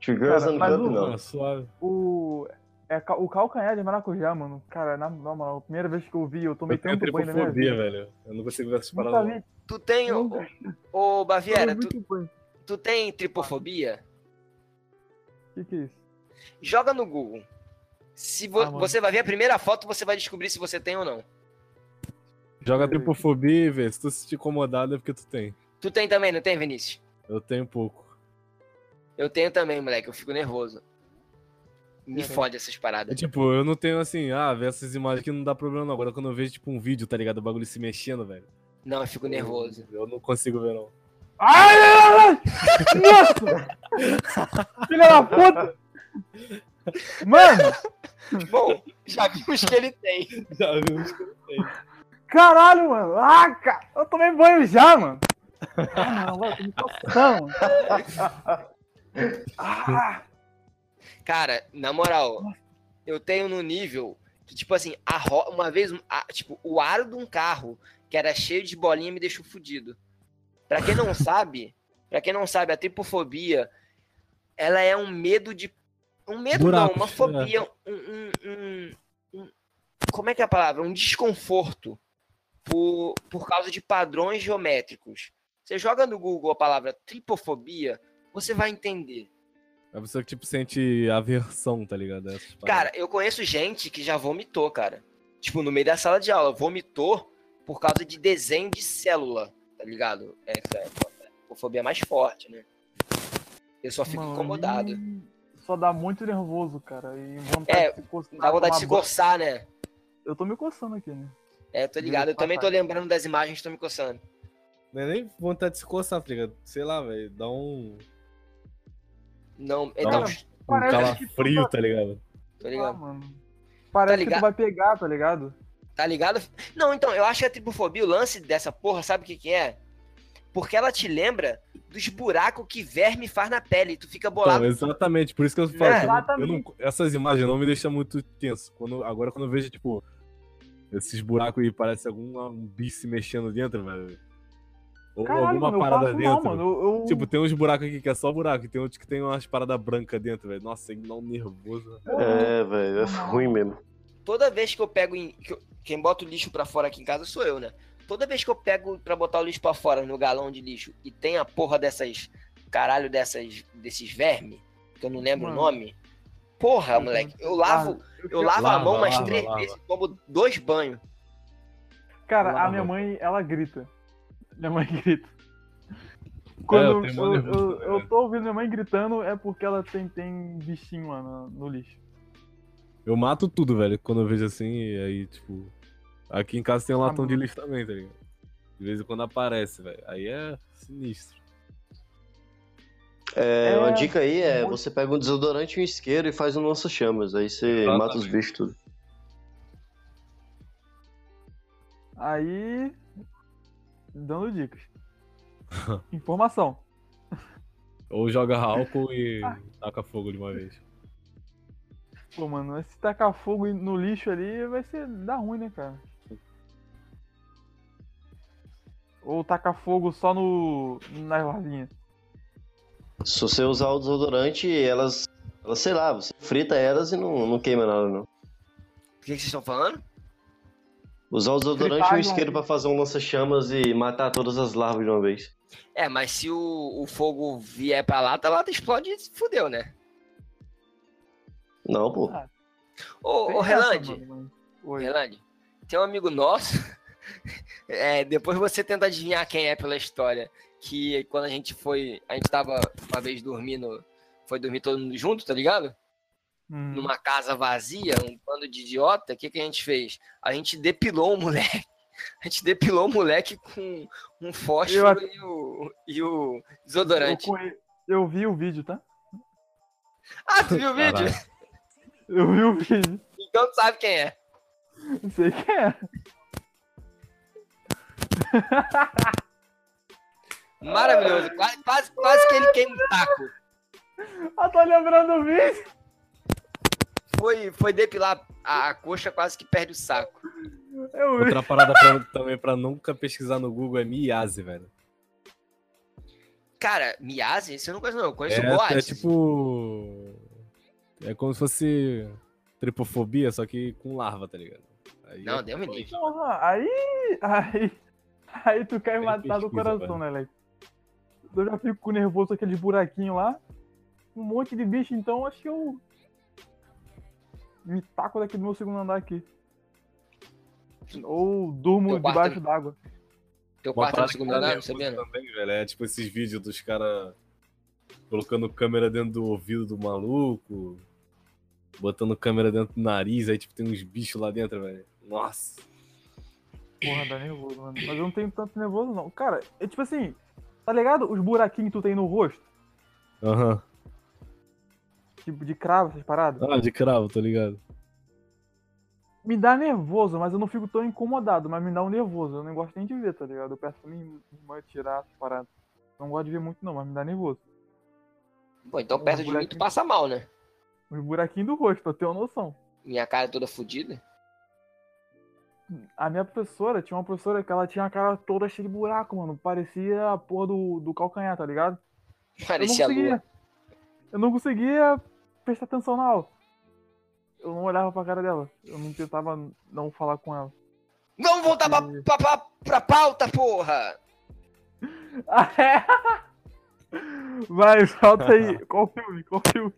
D: Two Girls
C: Cara,
D: and a
C: mas
D: Cup
C: o-
D: não.
B: Ah, suave.
C: O, é, ca- o calcanhar de maracujá, mano. Cara, na, na moral, a primeira vez que eu vi, eu tomei
B: Eu tenho
C: tanto banho um na minha
B: tripofobia,
C: vida.
B: velho. Eu não consigo ver essas
C: Nunca
B: paradas. não.
C: vi,
A: Tu tem. Ô,
C: nunca.
A: ô, Baviera,
C: Tomei
A: tu,
C: muito banho.
A: tu tem tripofobia?
C: Que que é isso?
A: Joga no Google. Se vo-
C: Ah, mano.
A: você vai ver a primeira foto, você vai descobrir se você tem ou não.
B: Joga tripofobia, e vê. Se tu se te incomodado é porque tu tem.
A: Tu tem também, não tem, Vinícius?
B: Eu tenho pouco.
A: Eu tenho também, moleque. Eu fico nervoso. Me
C: Eu tenho.
A: fode essas
B: É,
A: paradas.
B: tipo, eu não tenho assim, ah, ver essas imagens aqui não dá problema não. Agora quando eu vejo, tipo, um vídeo, tá ligado? O bagulho se mexendo, velho.
A: Não, eu fico nervoso.
B: Eu não consigo ver, não.
C: Ai, ai, ai, ai! Nossa! Filha da puta! Mano,
A: Bom, já vimos que ele tem.
B: Já viu?
C: caralho, mano. Ah, cara, eu tomei banho já, mano. Ah, não, agora eu tô me coçando. Ah,
A: Cara, na moral, eu tenho no nível que, tipo assim, a ro- uma vez, a- tipo, o aro de um carro que era cheio de bolinha me deixou fudido. Pra quem não sabe, pra quem não sabe, a tripofobia, ela é um medo de. Um medo
B: Buracos,
A: não, uma
B: é.
A: fobia, um, um- um- um- Como é que é a palavra? Um desconforto por, por causa de padrões geométricos. Você joga no Google a palavra tripofobia, você vai entender.
B: É a pessoa que, tipo, sente aversão, tá ligado? a essas paradas.
A: Cara, eu conheço gente que já vomitou, cara. Tipo, no meio da sala de aula, vomitou por causa de desenho de célula, tá ligado? Essa é a fobia mais forte, né? Eu só fico
C: mano,
A: incomodado.
C: e Só dá muito nervoso, cara. E vontade
A: É,
C: de se coçar.
A: Dá vontade de se
C: tomar banho.
A: coçar, né?
C: Eu tô me coçando aqui, né?
A: É, tô ligado. Eu também tô lembrando das imagens, tô me coçando.
B: Não é nem vontade de se coçar, tá ligado? Sei lá, velho. Dá um, um
A: Não,
B: Não.
A: então,
C: Parece tipo,
B: calafrio, tá ligado?
A: tô
C: Sei lá,
A: ligado.
C: Ah, mano. Parece que
A: ligado?
C: tu vai pegar, tá ligado?
A: Tá ligado? Não, então, eu acho que a tripofobia, o lance dessa porra, sabe o que que é? Porque ela te lembra dos buracos que verme faz na pele. Tu fica
B: Então,
A: bolado.
B: exatamente, por isso que eu falo. que eu não- eu não-
C: É. Exatamente.
B: essas imagens não me deixam muito tenso. Quando, agora, quando eu vejo, tipo, esses buracos e parece algum um bicho se mexendo dentro, velho. Ou
C: Caralho,
B: alguma
C: mano, eu
B: parada
C: passo
B: dentro.
C: mal, mano. Eu, eu-
B: Tipo, tem uns buracos aqui que é só buraco, e tem outros que tem umas paradas brancas dentro, velho. Nossa, ele dá um nervoso.
D: É, velho, é ruim mesmo.
A: toda vez que eu pego em- que eu- quem bota o lixo pra fora aqui em casa sou eu, né? Toda vez que eu pego pra botar o lixo pra fora no galão de lixo e tem a porra dessas caralho dessas desses vermes, que eu não lembro
C: Mano.
A: o nome. Porra,
C: Mano.
A: moleque, eu lavo,
C: Ah,
A: eu lavo a
B: Lava,
A: mão mais
B: lava,
A: três
B: lava.
A: vezes e tomo dois banhos.
C: Cara,
B: Lava
C: a minha
B: a
C: mãe, ela grita. Minha mãe grita. Quando
B: É, tenho
C: eu,
B: mó
C: eu,
B: nervoso
C: eu,
B: também.
C: tô ouvindo minha mãe gritando, é porque ela tem, tem bichinho lá no, no lixo.
B: Eu mato tudo, velho, quando eu vejo assim, e aí, tipo. Aqui em casa tem um
C: Ah,
B: latão de
C: mano.
B: lixo também, tá ligado? De vez em quando aparece, velho. Aí é sinistro.
D: É,
C: É,
D: uma dica aí é
C: muito.
D: você pega um desodorante e um isqueiro e faz um lança-chamas. Aí você
B: Exatamente.
D: mata os bichos tudo.
C: Aí. Dando dicas. Informação.
B: Ou joga álcool e
A: Ah.
B: taca fogo de uma vez.
C: Pô, mano, mas se tacar fogo no lixo ali, vai ser. dá ruim, né, cara? Ou tacar fogo só no. nas larvinhas.
D: Se você usar o desodorante, elas, elas sei lá, você frita elas e não, não queima nada, não.
A: O que que vocês estão falando?
D: Usar o desodorante
C: Fritar
D: e um
C: as
D: isqueiro pra
C: larvas.
D: fazer um lança-chamas e matar todas as larvas de uma vez.
A: É, mas se o, o fogo vier pra lata, a lata explode e se fudeu, né?
D: Não, pô.
A: Ô, ô
C: Tem essa,
A: Relande,
C: mano. Oi.
A: Relande, tem um amigo nosso. é, depois você tenta adivinhar quem é pela história. Que quando a gente foi. A gente tava uma vez dormindo. Foi dormir todo mundo junto, tá ligado?
C: Hum.
A: Numa casa vazia, um bando de idiota. O que, que a gente fez? A gente depilou o moleque. A gente depilou o moleque com um fósforo e o, e o
C: Eu,
A: desodorante.
C: corri- eu vi o vídeo, tá?
A: Ah, tu viu o vídeo?
B: Caralho.
C: Eu vi o vídeo.
A: Então tu sabe quem é.
C: Não sei quem é.
A: Maravilhoso. Quase, quase, quase que ele queima um taco.
C: Ah, tá lembrando o vídeo?
A: Foi, foi depilar a, a coxa, quase que perde o saco.
C: Eu vi.
B: Outra parada pra- também pra nunca pesquisar no Google é Miase, velho.
A: Cara, Miase, isso eu não conheço, não. Eu conheço o
B: É,
A: Boaz.
B: é tipo. É como se fosse tripofobia, só que com larva, tá ligado? Aí
A: Não,
B: é-
A: deu um me livre.
C: Porra, Aí. Aí. Aí tu quer
B: Tem
C: matar do
B: pesquisa,
C: coração, né, Leque? Eu já fico nervoso com aqueles buraquinhos lá. Um monte de bicho, então acho que eu. Me taco daqui do meu segundo andar aqui. Ou durmo
A: Teu quarto
C: debaixo d'água.
A: Teu
B: Uma
A: quarto tá no
B: parada que
A: segundo
B: dá
A: andar, não
B: nervoso
A: sabia? não?
B: também, velho. É tipo esses vídeos dos caras colocando câmera dentro do ouvido do maluco, botando câmera dentro do nariz, aí tipo tem uns bichos lá dentro, velho. Nossa.
C: Porra, dá nervoso, mano. Mas eu não tenho tanto nervoso, não. Cara, é tipo assim, tá ligado? Os buraquinhos que tu tem no rosto,
B: Aham.
C: tipo de cravo, essas paradas.
B: Ah, de cravo, tô ligado.
C: Me dá nervoso, mas eu não fico tão incomodado, mas me dá um nervoso. Eu não gosto nem de ver, tá ligado? Eu peço pra minha irmã tirar essas paradas. Não gosto de ver muito, não, mas me dá nervoso.
A: Pô, então perto de mim tu
C: Buraquinho.
A: passa mal, né?
C: Os buraquinhos do rosto, pra ter uma noção.
A: Minha cara toda fodida.
C: A minha professora, tinha uma professora que ela tinha a cara toda cheia de buraco, mano. Parecia a porra do, do calcanhar, tá ligado?
A: Parecia a
C: eu não
A: lua.
C: conseguia. Eu não conseguia prestar atenção na aula. Eu não olhava pra cara dela. Eu não tentava não falar com ela.
A: Vamos voltar pra, pra, pra, pra pauta, porra!
C: Ah, é? Vai, solta aí. Qual filme? Qual filme?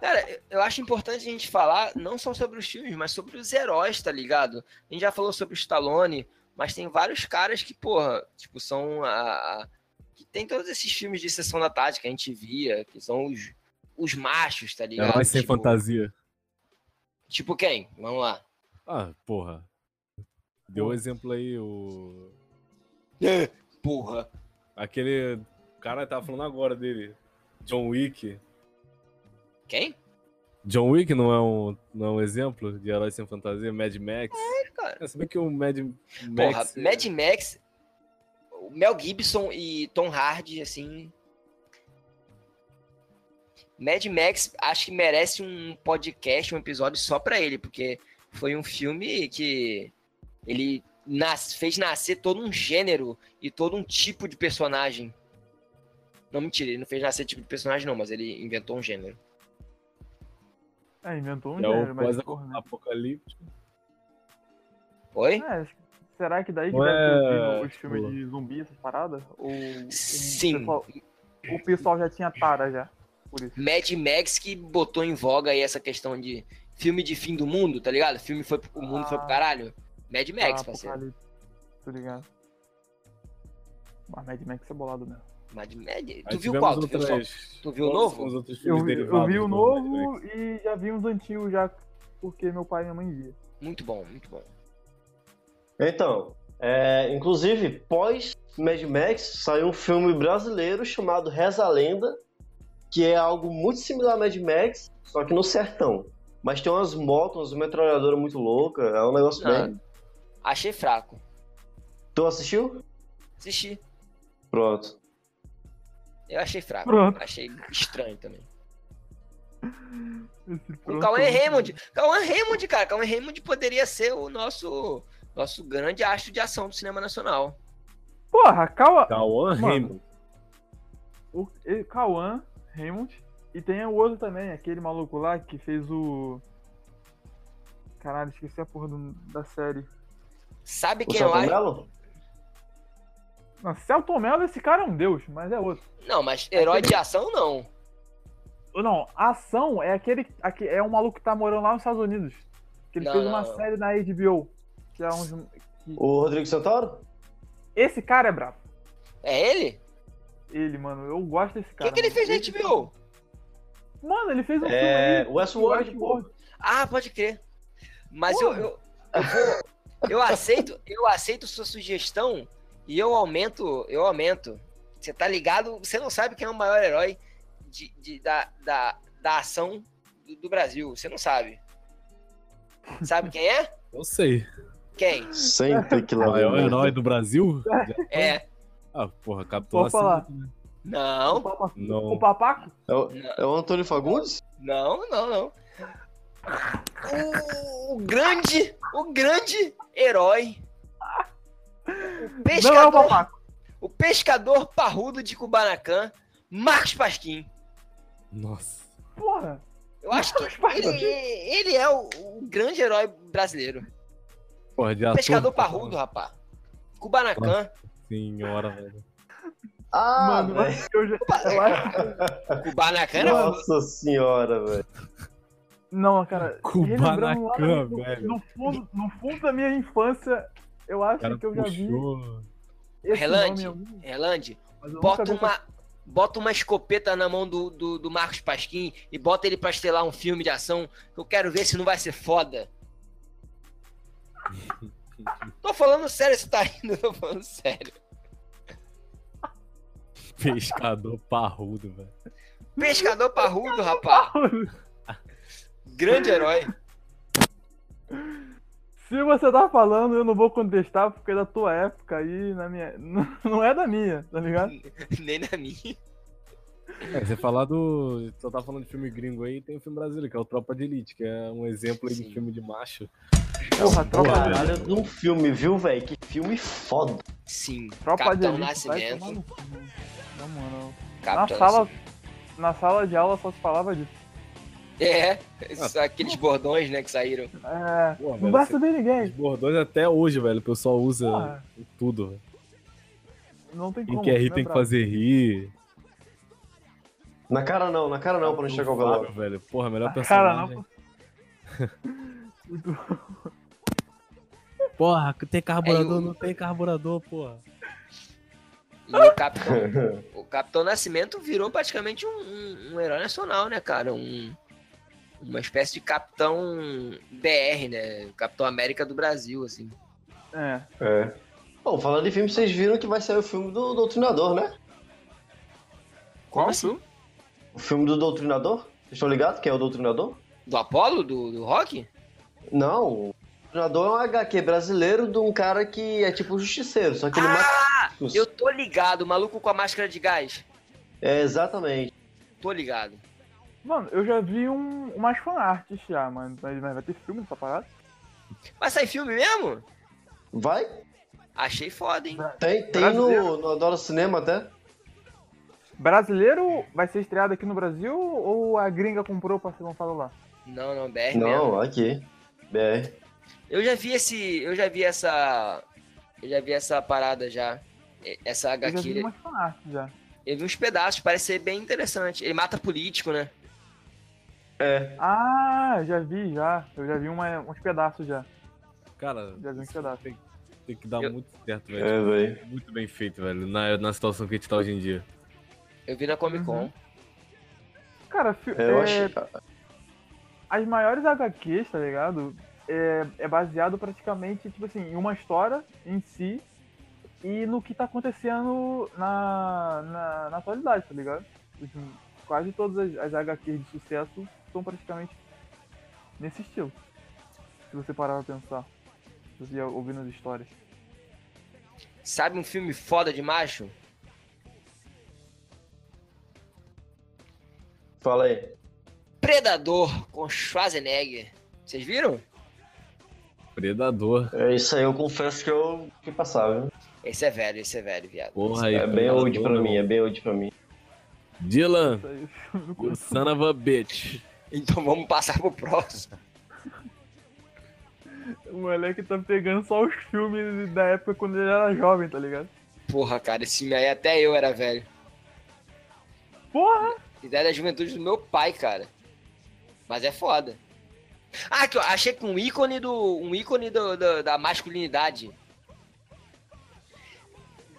A: Cara, eu- eu acho importante a gente falar não só sobre os filmes, mas sobre os heróis, tá ligado? A gente já falou sobre o Stallone, mas tem vários caras que, porra, tipo, são a. a- que tem todos esses filmes de sessão da tarde que a gente via, que são os, os machos, tá ligado?
B: Herói sem
A: tipo,
B: fantasia.
A: tipo quem? Vamos lá.
B: Ah, porra. Deu um exemplo aí, o.
A: Porra.
B: Aquele cara que tava falando agora dele. John Wick.
A: Quem?
B: John Wick não é um, não é um exemplo de herói sem fantasia? Mad Max?
A: cara.
B: É, se bem que o Mad
A: Porra,
B: Max... é.
A: Mad Max, o Mel Gibson e Tom Hardy, assim. Mad Max acho que merece um podcast, um episódio só pra ele, porque foi um filme que ele nas- fez nascer todo um gênero e todo um tipo de personagem. Não, mentira, ele não fez nascer tipo de personagem, não, mas ele inventou um gênero.
C: É, inventou um
B: É o
C: gênero, mas porra, né?
B: pós-apocalíptico.
A: Oi?
C: É, acho que- será que daí que
B: Não
C: deve ter
B: é,
C: vindo os
B: tipo-
C: filmes de zumbi, essas paradas? Ou o
A: Sim.
C: pessoal- o pessoal já tinha para já. Por isso.
A: Mad Max que botou em voga aí essa questão de filme de fim do mundo, tá ligado? Filme foi pro, o mundo foi pro caralho. Mad Max,
C: Ah,
A: parceiro.
C: Apocalipse. Tô ligado. Mas Mad Max é bolado mesmo.
A: Mad Max.
B: Aí
A: Tu viu
B: tivemos um
A: qual? Tu viu,
B: outras-
A: só- tu viu o
B: quais são
A: novo?
B: os outros
C: Eu,
B: filmes
C: vi- eu
B: derivados
C: vi o
B: do Mad Max?
C: novo e já vi uns antigos já, porque meu pai e minha mãe via.
A: Muito bom, muito bom.
D: Então, é, inclusive, pós Mad Max, saiu um filme brasileiro chamado Reza a Lenda, que é algo muito similar a Mad Max, só que no sertão. Mas tem umas motos, umas metralhadoras muito loucas, é um negócio
A: Ah.
D: bem...
A: Achei fraco.
D: Tu assistiu?
A: Assisti.
D: Pronto.
A: Eu achei fraco.
C: Pronto.
A: Achei estranho também.
C: Esse
A: O
C: pronto.
A: Cauê é, Raymond. Cauê Raymond, cara. Cauê Raymond poderia ser o nosso, nosso grande astro de ação do cinema nacional.
C: Porra, Cauã.
B: Cauã
C: Mano.
B: Raymond.
C: O e- Cauã Raymond. E tem o outro também, aquele maluco lá que fez o. Caralho, esqueci a porra do- da série.
A: Sabe
D: O
A: quem eu
D: Celton
A: acho?
D: Mello?
C: Não, Celton Mello, esse cara é um deus, mas é outro.
A: Não, mas herói de ação não.
C: Ou Não, a ação é aquele. aque- é um maluco que tá morando lá nos Estados Unidos. Que ele
A: Não,
C: fez
A: não,
C: uma
A: não.
C: série na HBO. Que é uns.
D: O Rodrigo Santoro?
C: Esse cara é brabo.
A: É ele?
C: Ele, mano, eu gosto desse
A: O que,
C: cara.
A: que ele
C: mano.
A: fez na HBO?
C: Mano, ele fez um
D: É,
C: filme aí.
D: Westworld,
C: Westworld.
D: pô.
A: Ah, pode crer. Mas eu,
C: Porra.
A: eu, eu vou- eu aceito, eu aceito sua sugestão e eu aumento, eu aumento. Você tá ligado? Você não sabe quem é o maior herói de, de- da, da, da ação do, do Brasil. Você não sabe. Sabe quem é?
B: Eu
C: Tá
B: sei. Tá
A: Quem?
D: Sempre que lá
B: O
D: vem.
B: maior
D: né?
B: herói do Brasil?
A: É.
B: Ah, porra, Capitão
C: Pode falar.
B: Nascimento, né?
C: O,
A: Não,
C: papa...
B: Não.
C: o papaco?
D: É o, é o Antônio Fagundes?
A: não, não, não. O, o grande, o grande herói. O
C: Não é o
A: pescador
C: papaco.
A: O pescador parrudo de Kubanacan, Marcos Pasquim.
B: Nossa.
C: Porra.
A: Eu acho que
C: Marcos Pasquim.
A: ele, ele é o, o grande herói brasileiro.
B: Porra, de ator.
A: pescador parrudo, rapá. Kubanacan,
B: Senhora, velho.
D: Ah,
C: mano, eu
D: velho.
C: acho que eu já.
A: é,
C: eu acho- É.
A: Kubanacan era foda.
D: Nossa senhora, velho.
C: Não, cara. relembrando lá
B: Kubanacan,
C: no-
B: velho.
C: No fundo, no fundo da minha infância, eu
B: O
C: acho
B: cara
C: que eu já vi
B: puxou.
C: esse
A: Relante.
C: nome. em algum-
A: Relande,
C: mas eu
A: é bota
C: nunca vi essa-
A: uma, bota uma escopeta na mão do, do, do Marcos Pasquim e bota ele pra estelar um filme de ação. Eu quero ver se não vai ser foda. Tô falando sério, você tá rindo, eu tô falando sério.
B: Pescador parrudo, velho.
A: Pescador parrudo, rapá. Grande herói.
C: Se você tá falando, eu não vou contestar, porque é da tua época aí, na minha. Não é da minha, tá ligado?
A: Nem na minha.
B: É, você falar do. Só tá falando de filme gringo aí, tem o filme brasileiro, que é o Tropa de Elite, que é um exemplo aí
A: Sim.
B: de filme de macho.
C: Porra, tropa,
B: Boa,
C: de-
B: velho.
D: Caralho, de um filme, viu, velho? Que filme foda.
A: Sim.
C: tropa de
A: Capitão
C: elite. vai
A: Nascimento.
C: tomar no cu, mano. Na moral. Na
A: Capitão
C: sala.
A: Nascimento.
C: Na sala de aula só se falava disso.
A: É, esses- aqueles bordões, né, que saíram.
C: É.
B: Pô,
C: Não
B: velho,
C: vai subir
B: Os
C: ninguém.
B: bordões até hoje, velho. O pessoal usa
C: Porra,
B: em tudo. velho.
C: não tem
B: Quem
C: Ah. como.
B: quer rir
C: né,
B: tem que
C: pra-
B: fazer rir.
D: Na cara não, na cara não, pra não chegar o
B: Fábio,
D: valor.
B: velho. Porra,
D: Ah,
B: melhor
C: Cara,
B: personagem.
C: não.
B: Porra, tem
A: carburador, É, eu- não
B: tem carburador, porra.
A: E o Capitão, o Capitão Nascimento virou praticamente um, um- um herói nacional, né, cara? Um, uma espécie de Capitão BR, né? Capitão América do Brasil, assim.
C: É.
D: É. Bom, falando de filme, vocês viram que vai sair o filme do Doutrinador, né?
A: Como assim?
D: O filme do Doutrinador? Vocês estão ligados quem é o Doutrinador?
A: Do Apolo? Do, do Rock?
D: Não. O Doutrinador é um HQ brasileiro de um cara que é tipo justiceiro, só que ele
A: Ah,
D: mata.
A: eu tô ligado, o maluco com a máscara de gás.
D: É, exatamente.
A: Tô ligado.
C: Mano, eu já vi um, umas fanarts já, mano. Mas, mas vai ter filme dessa parada?
A: Vai sair filme mesmo?
D: Vai?
A: Achei foda, hein?
D: Tem, tem no,
C: Brasileiro.
D: no Adora Cinema até.
C: Brasileiro vai ser estreado aqui no Brasil ou a gringa comprou pra ser lançado lá?
A: Não, não, BR É mesmo.
D: Não, aqui. BR.
A: Eu já vi esse. Eu já vi essa. Eu já vi essa parada já. E- Essa
C: Eu já
A: HQ.
C: vi umas fanarts já.
A: Eu vi uns pedaços, parece ser bem interessante. Ele mata político, né?
D: É.
C: Ah, já vi, já. Eu já vi uma- uns pedaços já.
B: Cara,
C: Já vi uns pedaços.
B: tem, tem que dar
A: Eu-
B: muito certo, velho. Tipo,
D: É, velho.
B: Muito bem feito, velho. Na, na situação que a gente tá hoje em dia.
A: Eu vi na Comic Con.
C: Uhum. Cara, fi-
D: Eu
C: é,
D: acho.
C: as maiores HQs, tá ligado? É, é baseado praticamente, tipo assim, em uma história em si e no que tá acontecendo na, na, na atualidade, tá ligado? Os- Quase todas as, as HQs de sucesso são praticamente nesse estilo. Se você parar pra pensar. Se você ia ouvindo as histórias.
A: Sabe um filme foda de macho?
D: Fala aí.
A: Predador com Schwarzenegger. Vocês viram?
B: Predador.
D: É isso aí, eu confesso que eu fiquei passável.
A: Esse é velho, esse é velho, viado.
B: Porra aí. né,
D: É bem
B: Predador,
D: old pra
B: meu.
D: mim, é bem old pra mim.
B: Dylan,
C: Isso aí eu não
B: you
C: consigo.
B: son of a bitch.
A: Então vamos passar pro próximo.
C: O moleque tá pegando só os filmes da época quando ele era jovem, tá ligado?
A: Porra, cara, esse filme aí até eu era velho.
C: Porra!
A: Ideia é da juventude do meu pai, cara. Mas é foda. Ah, aqui, ó, achei com um ícone do. um ícone do- do- da masculinidade.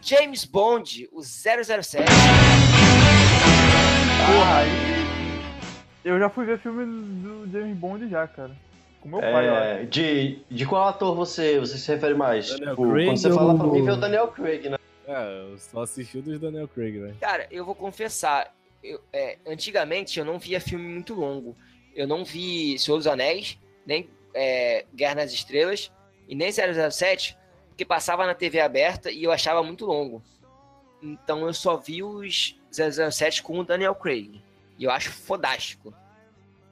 A: James Bond, o 007.
C: Porra, aí. Eu já fui ver filme do James Bond já, cara. Com meu pai, eu acho.
D: É, de, de qual ator você, você se refere mais?
B: Daniel
D: Tipo,
B: Craig
D: quando você fala pra
B: ou-
D: mim, vê o Daniel Craig, né?
B: É, eu só assisti o dos Daniel Craig, velho.
A: Cara, eu vou confessar. eu- é, antigamente eu não via filme muito longo. Eu não vi Senhor dos Anéis, nem é, Guerra nas Estrelas, e nem 007, porque passava na TV aberta e eu achava muito longo. Então eu só vi os 007 com o Daniel Craig. E eu acho fodástico.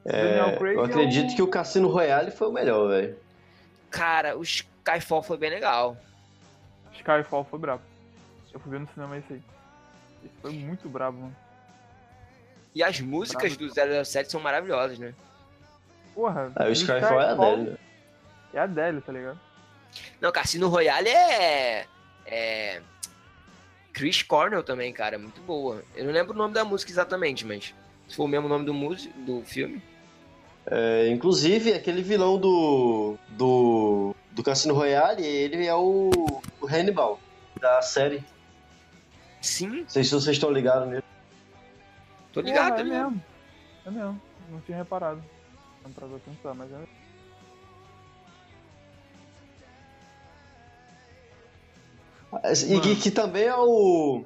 C: Daniel Craig
D: eu
C: é
D: acredito
C: o-
D: que o Cassino Royale foi o melhor, velho.
A: Cara, o Skyfall foi bem legal.
C: Skyfall foi brabo. Eu fui ver no cinema esse aí. Esse foi muito brabo, mano.
A: E as músicas do 007 são maravilhosas, né?
C: Porra.
D: Aí
C: e
D: o Skyfall é a dele, né?
C: É a Adele, tá ligado?
A: Não, Cassino Royale é. É. Chris Cornell também, cara. é Muito boa. Eu não lembro o nome da música exatamente, mas. Se for o mesmo nome do músico, do filme.
D: É, inclusive, aquele vilão do, do, do Cassino Royale, ele é o, o Hannibal da série. Não
A: Sim,
D: sei se vocês estão ligados nele.
A: tô ligado,
C: Porra,
A: tô
C: é
A: ligado.
C: mesmo. É mesmo. Não tinha reparado. Não pra pensar, mas é.
D: E que, que também é o,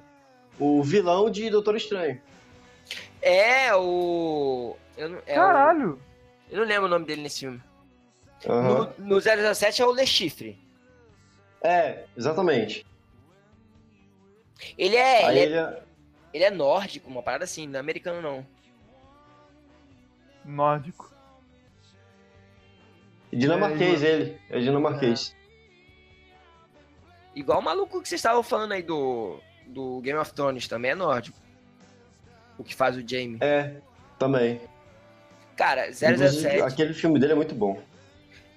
D: o vilão de Doutor Estranho.
A: É o. Eu não, é o-
C: Caralho!
A: eu não lembro o nome dele nesse filme.
D: Aham.
A: No, no 007 é o Le Chiffre.
D: É, exatamente.
A: Ele é, ele
D: Aí
A: é.
D: ele é-
A: ele é nórdico, uma parada assim, não é americano não.
C: Nórdico.
D: dinamarquês,
C: É,
D: ele. É dinamarquês.
A: Igual o maluco que vocês estavam falando aí do. Do Game of Thrones também é nórdico. O que faz o Jamie.
D: É, também.
A: Cara,
D: Inclusive,
A: 007.
D: Aquele filme dele é muito bom.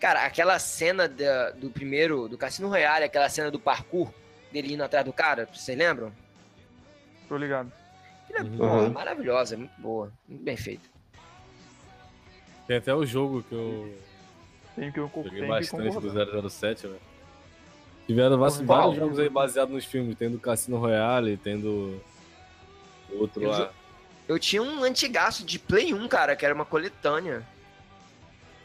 A: Cara, aquela cena da- do primeiro, do Cassino Royale, aquela cena do parkour dele indo atrás do cara, vocês lembram?
C: Tô ligado.
A: Aquilo é
B: Uhum.
A: porra, maravilhosa, é muito boa, muito bem feita.
B: Tem até o jogo que eu
C: Tem que, tem
B: joguei
C: que
B: bastante
C: concordar.
B: do 007, velho. Tiveram va-
C: Porra,
A: qual?
B: vários jogos aí baseados nos filmes. Tem do Cassino Royale, tem do. Outro
A: Eu
B: lá.
A: Eu tinha um antigaço de Play 1, cara, que era uma coletânea.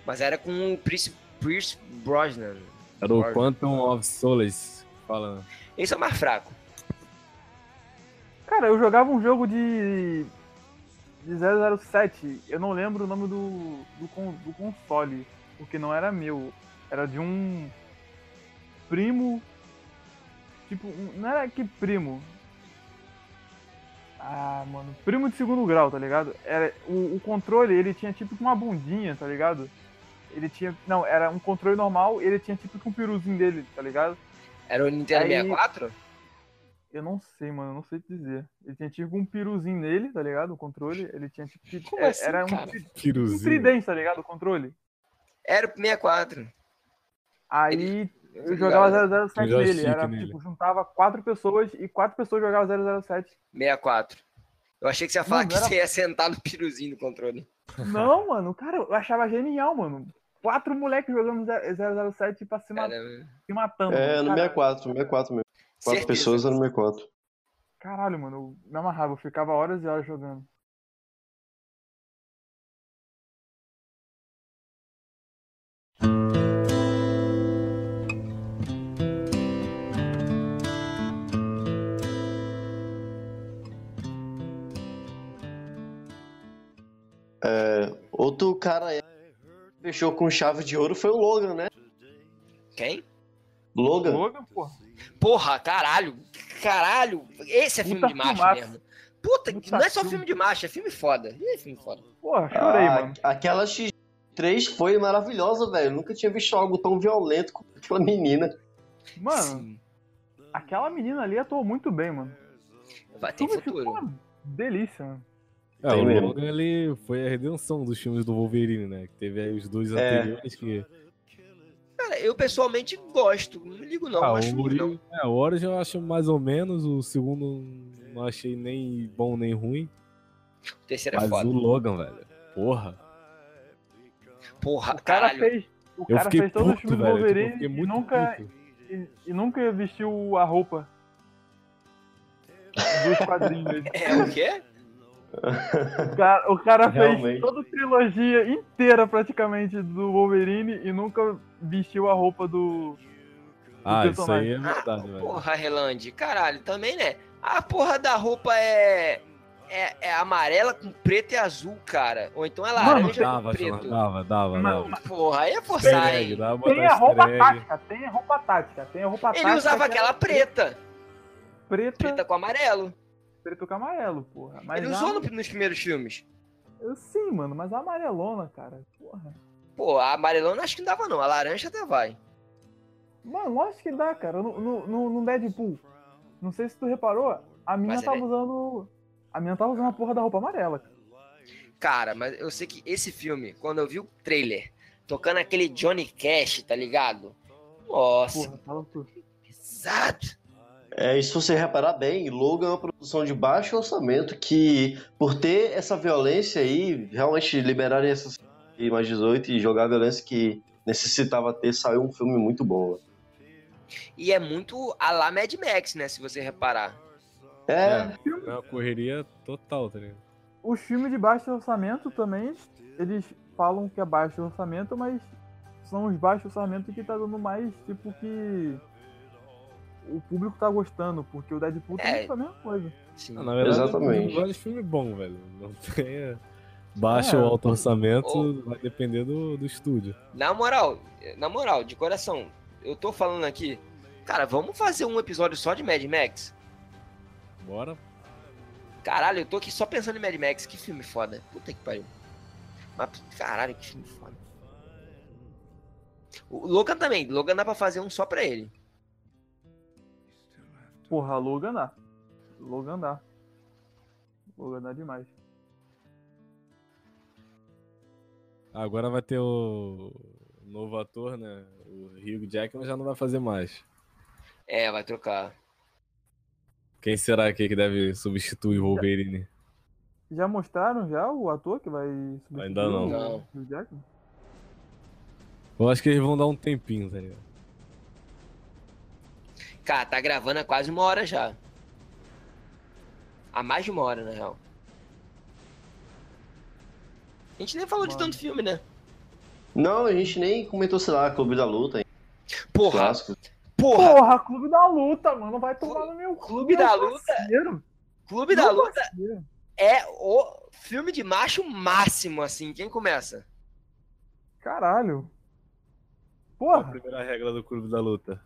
A: Mas era com o Pierce, Pierce Brosnan.
B: Era o
A: Jorge.
B: Quantum of Solace. Fala, né?
A: Esse é o mais fraco.
C: Cara, eu jogava um jogo de. de 007. Eu não lembro o nome do, do, con- do console, porque não era meu. Era de um. primo. Tipo, um- não era que primo. Ah, mano. Primo de segundo grau, tá ligado? Era, o, o controle, ele tinha tipo uma bundinha, tá ligado? Ele tinha. Não, era um controle normal, ele tinha tipo um peruzinho dele, tá ligado?
A: Era o Nintendo
C: Aí-
A: 64?
C: Eu não sei, mano, eu não sei te dizer. Ele tinha tipo um piruzinho nele, tá ligado? O controle. Ele tinha tipo. que-
A: Como
C: é-
A: assim,
C: era um,
A: cara?
C: tri- um
B: Tirozinho.
C: tridente, tá ligado? O controle.
A: Era o 64.
C: Aí
A: Ele-
C: Eu jogava
B: Tem
C: 007
B: joystick
C: nele. Era
B: nele.
C: tipo, juntava quatro pessoas e quatro pessoas jogavam 007.
A: 64. Eu achei que você ia falar
C: Não,
A: que
C: era-
A: você ia sentar no piruzinho do controle.
C: Não, mano, cara, eu achava genial, mano. Quatro moleques jogando 007 pra se, ma-
A: Cara,
C: se matando.
D: É,
C: mano.
D: no
C: Cara,
D: 64, no 64 mesmo. Quatro
A: certeza.
D: pessoas é no 64.
C: Caralho, mano, eu me amarrava, eu ficava horas e horas jogando.
D: É, Outro cara aí que fechou com chave de ouro foi o Logan, né?
A: Quem?
D: Logan.
C: Logan, porra.
A: Porra, caralho. Caralho. Esse é filme
C: Puta
A: de macho
C: filmaço.
A: mesmo. Puta, que
C: Puta
A: não é só
C: filme.
A: filme de macho, é filme foda. Ih, é filme foda.
C: Porra, chorei,
D: Ah,
C: mano.
D: Aquela X3 foi maravilhosa, velho. Nunca tinha visto algo tão violento com aquela menina.
C: Mano,
A: Sim.
C: aquela menina ali atuou muito bem, mano.
A: Vai ter
C: Tudo ficou
A: futuro.
C: uma delícia, mano.
B: É,
D: Tem
B: o
D: mesmo.
B: Logan ele foi a redenção dos filmes do Wolverine, né? Que teve aí os dois
D: É.
B: anteriores que.
A: Cara, eu pessoalmente gosto. Não ligo não.
B: Ah,
A: acho
B: o
A: ruim, não.
B: Uri... é, o Origin eu acho mais ou menos, o segundo não achei nem bom nem ruim.
A: O terceiro é
B: Mas
A: foda.
B: o Logan, velho. Porra.
A: Porra,
C: O cara
A: caralho.
C: fez, o
B: Eu
C: cara
B: fiquei
C: fez todos os
B: puto,
C: filmes do
B: velho, tipo, eu
C: Wolverine
B: fiquei
C: e,
B: muito
C: nunca,
B: puto.
C: e, e nunca vestiu a roupa dos quadrinhos. dele.
A: É o quê?
C: O cara, o cara fez
D: Realmente.
C: toda a trilogia inteira, praticamente, do Wolverine e nunca vestiu a roupa do.
B: Ah, isso
C: personagem.
B: aí é
A: Ah,
B: verdade, velho.
A: porra, Relande. Caralho, também, né? A porra da roupa é... É, é amarela com preto e azul, cara. Ou então é
C: Mano,
A: laranja com
B: Dava,
A: preto.
B: Charles, dava, dava,
C: Mas-
B: dava.
A: Porra, aí é
B: Easter
A: forçar,
B: egg,
A: hein?
B: dava pra
C: Tem
B: botar
C: a roupa
B: easter egg.
C: tática, tem a roupa tática, tem a roupa tática.
A: Ele usava
C: que era
A: aquela preta,
C: preta,
A: preta
C: preta,
A: com amarelo.
C: preto com amarelo, porra. Mas
A: Ele
C: a-
A: usou no- nos primeiros filmes.
C: Eu Sim, mano, mas a amarelona, cara. Porra.
A: Pô, a amarelona acho que não dava não, a laranja até vai.
C: Mano, lógico que dá, cara. No, no, no- no Deadpool. Não sei se tu reparou, a mina
A: Mas é
C: tava
A: bem-
C: usando. A mina tava usando a porra da roupa amarela. cara.
A: Cara, mas eu sei que esse filme, quando eu vi o trailer, tocando aquele Johnny Cash, tá ligado? Nossa,
C: Porra, tava tu.
A: pesado.
D: É, e se você reparar bem, Logan é uma produção de baixo orçamento que, por ter essa violência aí, realmente liberarem essas e mais 18 e jogar a violência que necessitava ter, saiu um filme muito bom. velho.
A: E é muito a la Mad Max, né, se você reparar.
D: É,
B: É uma correria total, tá ligado?
C: Os filmes de baixo orçamento também, eles falam que é baixo orçamento, mas são os baixos orçamentos que tá dando mais, tipo, que o público tá gostando, porque o Deadpool
A: É.
C: também foi a mesma coisa.
A: Sim.
B: Ah, na verdade,
D: Exatamente.
B: eu gosto de filme bom, velho. Não tenha baixo
C: É.
B: ou alto orçamento,
A: Ou-
B: vai depender do, do estúdio.
A: Na moral, na moral, de coração, eu tô falando aqui, cara, vamos fazer um episódio só de Mad Max?
B: Bora.
A: Caralho, eu tô aqui só pensando em Mad Max, que filme foda. Puta que pariu. Mas, caralho, que filme foda. O Logan também, Logan dá pra fazer um só pra ele.
C: Porra, Logan dá. Logan dá. Logan dá demais.
B: Agora vai ter o novo ator, né? O Hugh Jackman já não vai fazer mais.
A: É, vai trocar.
B: Quem será que que deve substituir o Wolverine?
C: Já mostraram já o ator que vai substituir
B: Ainda não.
C: o-
A: Não.
C: o Jackman?
B: Eu acho que eles vão dar um tempinho, tá ligado?
A: Cara, tá gravando há quase uma hora já. Há mais de uma hora, na real. A gente nem falou de
C: Mano.
A: tanto filme, né?
D: não, a gente nem comentou, sei lá, Clube da Luta, hein,
A: Porra,
D: clássico.
A: porra,
C: Porra, Clube da Luta, mano, vai tomar no meu
A: Clube da Luta.
C: parceiro.
A: Clube da
C: Meu
A: Luta
C: parceiro.
A: é o filme de macho máximo, assim. Quem começa?
C: Caralho.
B: Qual a
C: Porra.
B: primeira regra do Clube da Luta.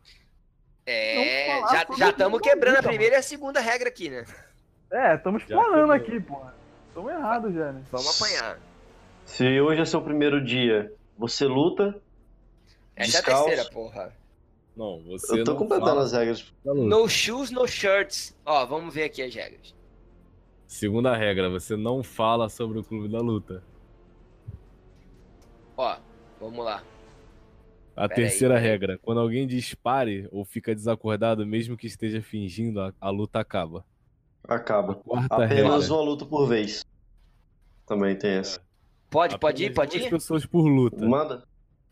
A: É, já
C: Vamos falar sobre
A: já
C: Clube
A: estamos
C: da
A: quebrando a
C: Luta,
A: primeira e a segunda regra aqui, né?
C: É, estamos
B: Já
C: planando
B: quebrou.
C: aqui, porra. Estamos errados já, né?
A: Vamos apanhar.
D: Se hoje é seu primeiro dia, você luta.
A: Essa
D: Descalço.
A: é a terceira, porra.
B: Não, você
D: Eu tô
B: não
D: completando
B: fala
D: as regras.
B: da luta.
A: No shoes, no shirts. Ó, vamos ver aqui as regras.
B: Segunda regra, você não fala sobre o Clube da Luta.
A: Ó, vamos lá.
B: A
A: Peraí,
B: terceira
A: peraí.
B: regra: quando alguém dispare ou fica desacordado, mesmo que esteja fingindo, a, a luta acaba. A
D: Acaba.
B: quarta
D: Apenas
A: um
B: regra:
D: uma luta por vez. Também tem essa.
A: Pode, pode ir,
B: apenas
A: pode
B: duas
A: ir.
B: pessoas por luta.
D: Manda.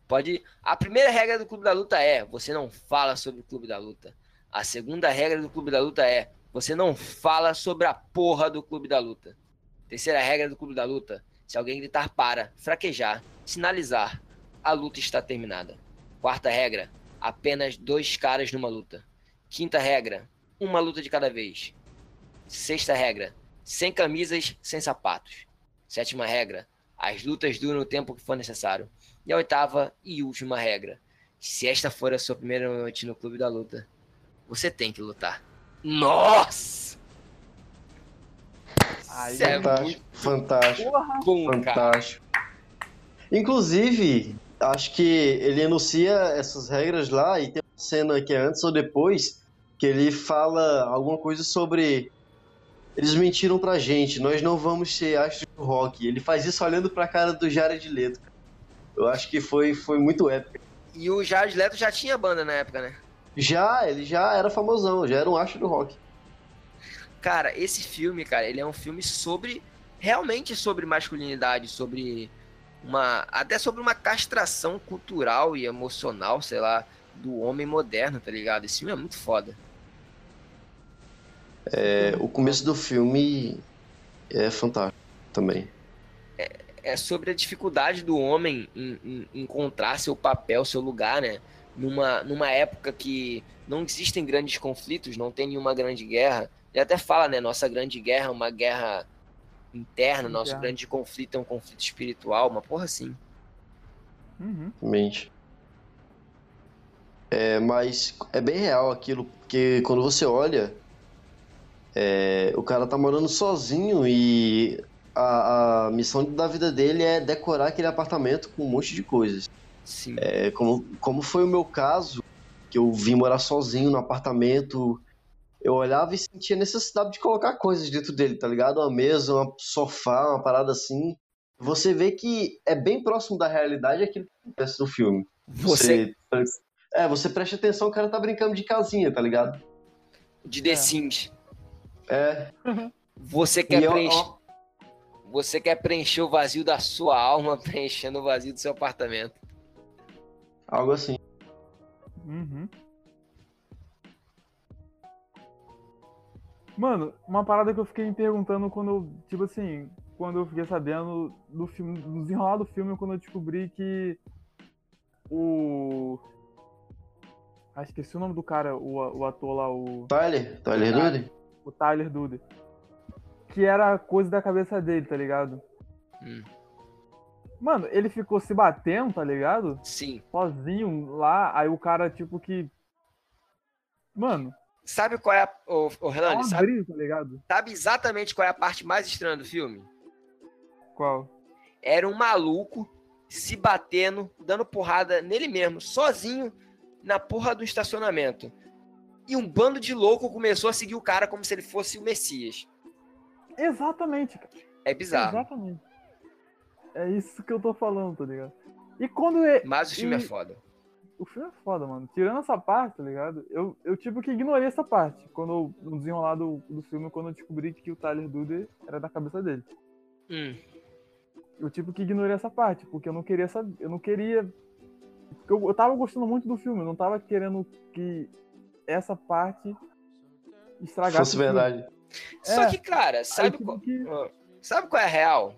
A: Pode ir. A primeira regra do Clube da Luta é: você não fala sobre o Clube da Luta. A segunda regra do Clube da Luta é: você não fala sobre a porra do Clube da Luta. Terceira regra do Clube da Luta: se alguém gritar para, fraquejar, sinalizar, a luta está terminada. Quarta regra: apenas dois caras numa luta. Quinta regra: uma luta de cada vez. Sexta regra: sem camisas, sem sapatos. Sétima regra: as lutas duram o tempo que for necessário. E a oitava e última regra: se esta for a sua primeira noite no Clube da Luta, você tem que lutar. Nossa!
C: Aí
A: Isso é muito
D: Fantástico. Fantástico.
A: bom, cara.
D: Fantástico. Inclusive, acho que ele enuncia essas regras lá e tem uma cena que é antes ou depois que ele fala alguma coisa sobre eles mentiram pra gente, nós não vamos ser astros do rock. Ele faz isso olhando pra cara do Jared Leto. cara. Eu acho que foi, foi muito épico.
A: E o Jared Leto já tinha banda na época, né?
D: Já, ele já era famosão, já era um astro do rock.
A: Cara, esse filme, cara, ele é um filme sobre. Realmente sobre masculinidade, sobre uma. Até sobre uma castração cultural e emocional, sei lá, do homem moderno, tá ligado? Esse filme é muito foda.
D: É, o começo do filme é fantástico também.
A: é sobre a dificuldade do homem em, em- em encontrar seu papel, seu lugar, né? Numa, numa época que não existem grandes conflitos, não tem nenhuma grande guerra. Ele até fala, né? Nossa grande guerra é uma guerra interna, nosso
C: Interna.
A: grande conflito é um conflito espiritual, uma porra assim.
C: Uhum.
D: Mente. É, mas é bem real aquilo, porque quando você olha, é, o cara tá morando sozinho e a, a missão da vida dele é decorar aquele apartamento com um monte de coisas.
A: Sim.
D: É, como, como foi o meu caso, que eu vim morar sozinho no apartamento, eu olhava e sentia necessidade de colocar coisas dentro dele, tá ligado? Uma mesa, um sofá, uma parada assim. Você vê que é bem próximo da realidade aquilo que acontece no filme.
A: Você
D: Você- É, você presta atenção, o cara tá brincando de casinha, tá ligado?
A: de The
C: É.
A: Sims,
D: É.
A: você
D: E
A: quer
D: eu,
A: preencher.
D: ó,
A: Você quer preencher o vazio da sua alma, preenchendo o vazio do seu apartamento.
D: algo assim.
C: Uhum. Mano, uma parada que eu fiquei me perguntando quando eu, tipo assim, quando eu fiquei sabendo do filme, do desenrolar do filme, quando eu descobri que o. Ah, esqueci o nome do cara, o, o ator lá, o,
D: Tyler, Tyler
A: Verdade.
D: Durden?
C: o Tyler Dude. Que era coisa da cabeça dele, tá ligado?
A: Hum.
C: Mano, ele ficou se batendo, tá ligado?
A: Sim.
C: sozinho lá, aí o cara, tipo, que. Mano,
A: Sabe qual é a. Ô, ô
C: é
A: Renan,
C: uma
A: sabe,
C: brisa, tá ligado?
A: sabe exatamente qual é a parte mais estranha do filme?
C: Qual?
A: era um maluco se batendo, dando porrada nele mesmo, sozinho, na porra do estacionamento. E um bando de louco começou a seguir o cara como se ele fosse o Messias.
C: Exatamente, cara.
A: É bizarro.
C: Exatamente. É isso que eu tô falando, tá ligado? E quando é.
A: Mas o filme é
C: E-
A: foda.
C: O filme é foda, mano. Tirando essa parte, tá ligado? Eu, eu tipo que ignorei essa parte. Quando eu, no desenrolar do, do filme, quando eu descobri que o Tyler Dude era da cabeça dele.
A: Hum,
C: Eu tipo que ignorei essa parte, porque eu não queria saber. Eu não queria. porque Eu, eu tava gostando muito do filme, eu não tava querendo que essa parte estragasse.
D: Fosse
C: o filme.
D: verdade.
A: Só
C: É.
A: que, cara, sabe,
C: tipo
A: qual,
C: que-
A: ah, sabe qual é a real?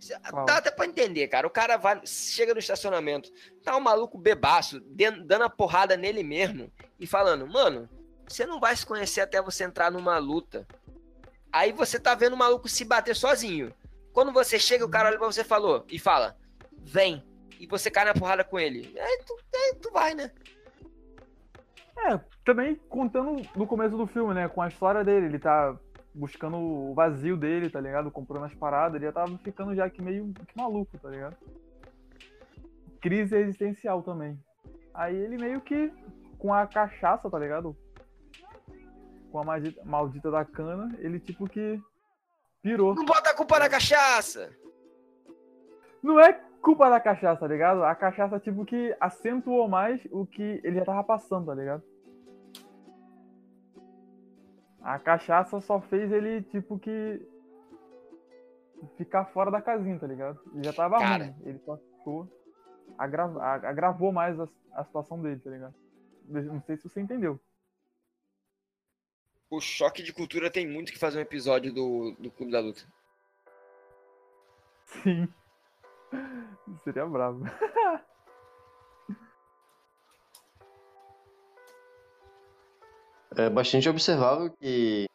A: Cê-
C: Qual?
A: Dá até pra entender, cara. O cara vai, chega no estacionamento, tá um maluco bebaço, den- dando a porrada nele mesmo e falando, mano, você não vai se conhecer até você entrar numa luta. Aí você tá vendo o maluco se bater sozinho. Quando você chega, o cara olha pra você e falou, e fala, vem. E você cai na porrada com ele. Aí tu, aí tu vai, né?
C: É, também contando no começo do filme, né? Com a história dele, ele tá buscando o vazio dele, tá ligado? Comprando as paradas, ele já tava ficando já que meio que maluco, tá ligado? Crise existencial também. Aí ele meio que com a cachaça, tá ligado? Com a magi- maldita da cana, ele tipo que pirou.
A: Não bota a culpa na cachaça.
C: Não é culpa da cachaça, tá ligado? A cachaça, tipo, que acentuou mais o que ele já tava passando, tá ligado? A cachaça só fez ele, tipo, que. ficar fora da casinha, tá ligado? Ele já tava
A: Cara.
C: ruim. Ele só ficou. agrava- a- agravou mais a, a situação dele, tá ligado? Não sei se você entendeu.
A: O choque de cultura tem muito que fazer um episódio do, do Clube da Luta.
C: Sim. Seria bravo.
D: É bastante observável que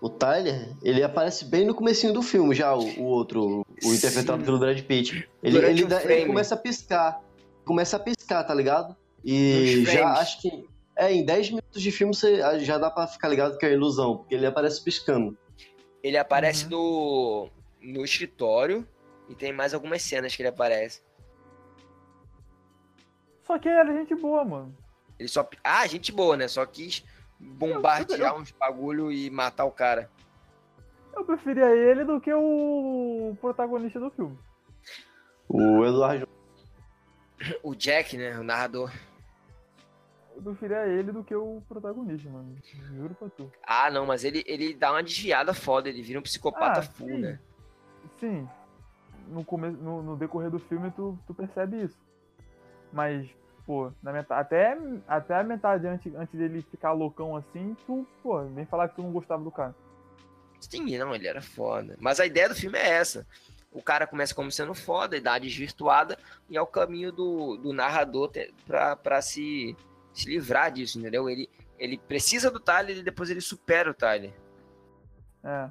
D: o Tyler, ele aparece bem no comecinho do filme já, o, o outro, o
A: Sim.
D: interpretado pelo Brad Pitt. Ele,
A: Durante
D: ele,
A: um
D: dá- ele
A: frame.
D: começa a piscar, começa a piscar, tá ligado? E
A: Nos
D: já
A: frames.
D: acho que é, em 10 minutos de filme você ah, já dá pra ficar ligado que é ilusão, porque ele aparece piscando.
A: Ele
C: Uhum.
A: aparece no, no escritório e tem mais algumas cenas que ele aparece.
C: Só que ele é gente boa, mano.
A: Ele só. Ah, gente boa, né? Só quis bombardear uns bagulho e matar o cara.
C: Eu preferia ele do que o protagonista do filme.
D: O Eduardo
A: O Jack, né? O narrador.
C: Eu preferia ele do que o protagonista, mano. Juro pra tu.
A: Ah, não, mas ele, ele dá uma desviada foda, ele vira um psicopata
C: Ah,
A: full,
C: sim.
A: né?
C: Sim, no, come... no, no decorrer do filme tu, tu percebe isso. Mas, pô, na metade... até, até a metade antes, antes dele ficar loucão assim, tu, pô, nem falar que tu não gostava do cara.
A: Sim, não, ele era foda. Mas a ideia do filme é essa. O cara começa como sendo foda, idade desvirtuada, e é o caminho do, do narrador te- pra, pra se, se livrar disso, entendeu? Ele, ele precisa do Tyler e depois ele supera o Tyler.
C: É.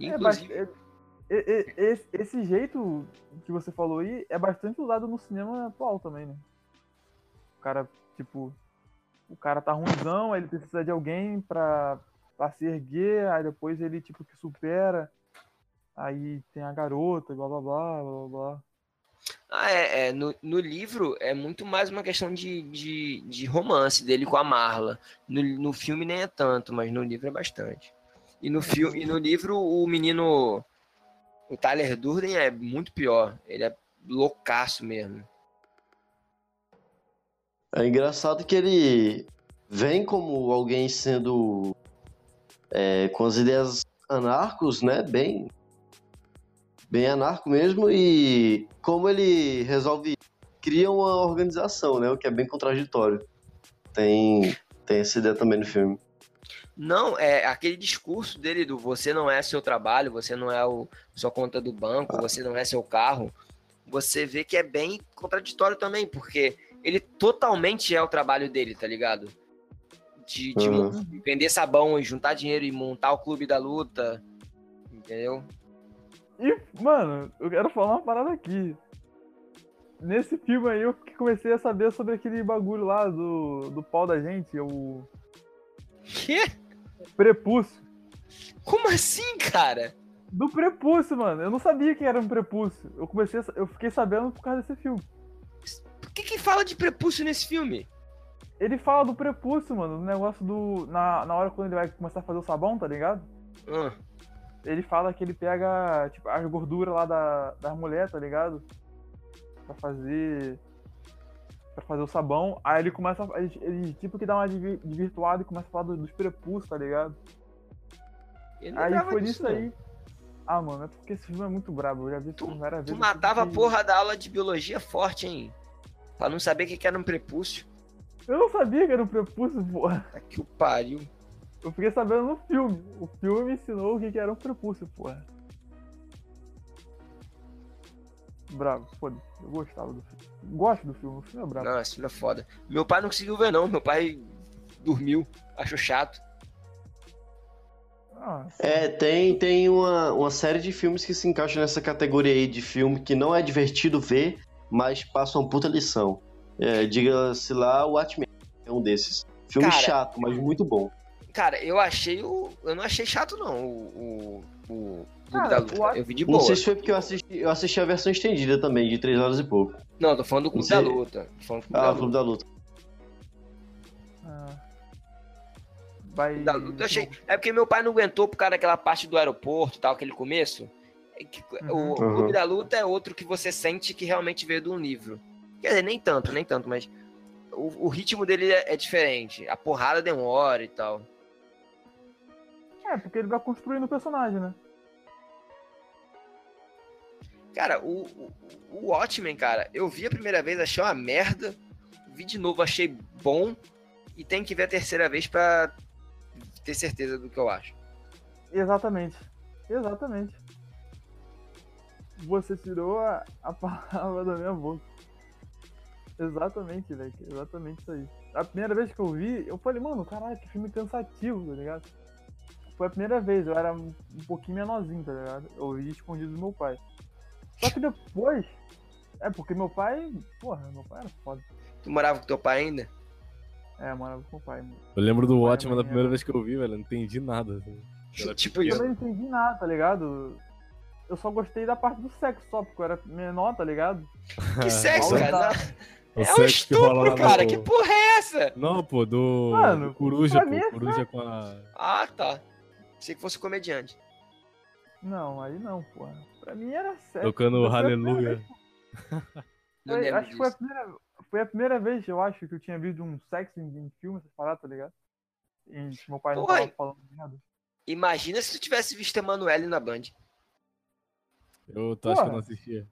C: É, bas-
A: Inclusive,
C: é- é- é- esse, esse jeito que você falou aí é bastante usado no cinema atual também, né? O cara, tipo, o cara tá ruimzão, ele precisa de alguém pra, pra se erguer, aí depois ele, tipo, que supera. Aí tem a garota, blá blá blá, blá blá, blá.
A: ah, é, é, no, no livro é muito mais uma questão de, de, de romance dele com a Marla. No, no filme nem é tanto, mas no livro é bastante. E no, filme, e no livro o menino, o Tyler Durden é muito pior. Ele é loucaço mesmo.
D: É engraçado que ele vem como alguém sendo é, com as ideias anarcos, né? Bem, bem anarco mesmo. E como ele resolve cria uma organização, né? O que é bem contraditório. Tem tem essa ideia também no filme.
A: Não, é aquele discurso dele do você não é seu trabalho, você não é o, sua conta do banco, você não é seu carro. Você vê que é bem contraditório também, porque ele totalmente é o trabalho dele, tá ligado? De, de
D: Uhum.
A: mon- vender sabão e juntar dinheiro e montar o clube da luta. Entendeu?
C: E, mano, eu quero falar uma parada aqui. Nesse filme aí eu que comecei a saber sobre aquele bagulho lá do, do pau da gente, o
A: Que?
C: prepúcio.
A: Como assim, cara?
C: Do prepúcio, mano. Eu não sabia que era um prepúcio. Eu comecei, a sa- eu fiquei sabendo por causa desse filme.
A: Por que, que fala de prepúcio nesse filme?
C: Ele fala do prepúcio, mano, do negócio do na, na hora quando ele vai começar a fazer o sabão, tá ligado?
A: Hã?
C: Ele fala que ele pega tipo as gorduras lá da das mulheres, tá ligado? Pra fazer Pra fazer o sabão. Aí ele começa a, ele, ele tipo que dá uma divi- desvirtuada e começa a falar do- dos prepúcios, tá ligado?
A: eu
C: Aí
A: lembrava
C: foi
A: disso,
C: nisso
A: não.
C: aí. Ah, mano, é porque esse filme é muito brabo. Eu já vi esse
A: Tu-
C: filme várias
A: Tu
C: vezes. eu assim, tive
A: matava a
C: que-
A: porra da aula de biologia forte, hein? Pra não saber o que que era um prepúcio.
C: Eu não sabia que era um prepúcio, porra.
A: Tá que o pariu.
C: Eu fiquei sabendo no filme. O filme me ensinou o que que era um prepúcio, porra. Bravo, foda-se. Eu gostava do filme. Gosto do filme, o filme é bravo.
A: Não, esse filme é foda. Meu pai não conseguiu ver, não. Meu pai dormiu, achou chato.
C: Ah,
D: É, tem, tem uma, uma série de filmes que se encaixam nessa categoria aí de filme que não é divertido ver, mas passa uma puta lição. É, Diga-se lá, o Watchmen é um desses. Filme
A: Cara, hum,
D: chato, mas muito bom.
A: Cara, eu achei o. Eu não achei chato, não, o. O. o... Clube
C: Cara,
A: da Luta.
C: Ah, eu acho-
A: Eu vi de
D: Não
A: boa.
D: sei se foi porque eu assisti, eu assisti a versão estendida também, de 3 horas e pouco.
A: Não, tô falando do Clube
D: não sei-
A: da Luta. Tô falando do Clube da
D: Ah, o
A: Luta.
D: Clube da Luta.
C: ah. Vai.
A: Clube da Luta eu achei. É porque meu pai não aguentou por causa daquela parte do aeroporto e tal, aquele começo. que-
C: Uhum.
D: Uhum.
A: O Clube da Luta é outro que você sente que realmente veio de um livro. Quer dizer, nem tanto, nem tanto, mas o, o ritmo dele é, é diferente. A porrada demora e tal.
C: É, porque ele vai construindo o personagem, né?
A: Cara, o, o, o Watchmen, cara, eu vi a primeira vez, achei uma merda. Vi de novo, achei bom. E tem que ver a terceira vez pra ter certeza do que eu acho.
C: Exatamente. Exatamente. Você tirou a, a palavra da minha boca. Exatamente, velho. Exatamente isso aí. A primeira vez que eu vi, eu falei, mano, caralho, que filme cansativo, tá ligado? Foi a primeira vez, eu era um um pouquinho menorzinho, tá ligado? Eu vi escondido do meu pai. Só que depois. É, porque meu pai. Porra, meu pai era foda.
A: Tu morava com teu pai ainda?
C: É, eu morava com o pai, mano.
B: Eu lembro do
C: Vai,
B: Watchmen da
C: amanhã.
B: primeira vez que eu vi, velho. eu Não entendi nada. Era
A: tipo
C: Eu
A: isso.
C: também não entendi nada, tá ligado? Eu só gostei da parte do sexo só, porque eu era menor, tá ligado?
A: Que sexo,
C: Olha.
A: cara.
B: O
A: é um
B: sexo que rola lá
A: estupro,
B: no-
A: cara. Que porra é essa?
B: Não, pô, do.
C: Mano,
B: do coruja,
C: pra mim
B: pô.
C: é
B: Coruja com a.
A: Ah, tá. Pensei que fosse comediante.
C: Não, aí não, porra. Pra mim era sexo.
B: Tocando
C: Foi a primeira
B: Hallelujah.
A: Não
C: Foi-
A: lembro
C: acho que foi a,
A: disso.
C: primeira, foi a primeira vez, eu acho, que eu tinha visto um sexo em, em filme, essas paradas, tá ligado? E que meu pai não
A: Porra.
C: tava falando nada.
A: Imagina se tu tivesse visto Emanuele na Band.
B: Eu tô, acho que eu não
C: Porra.
B: assistia.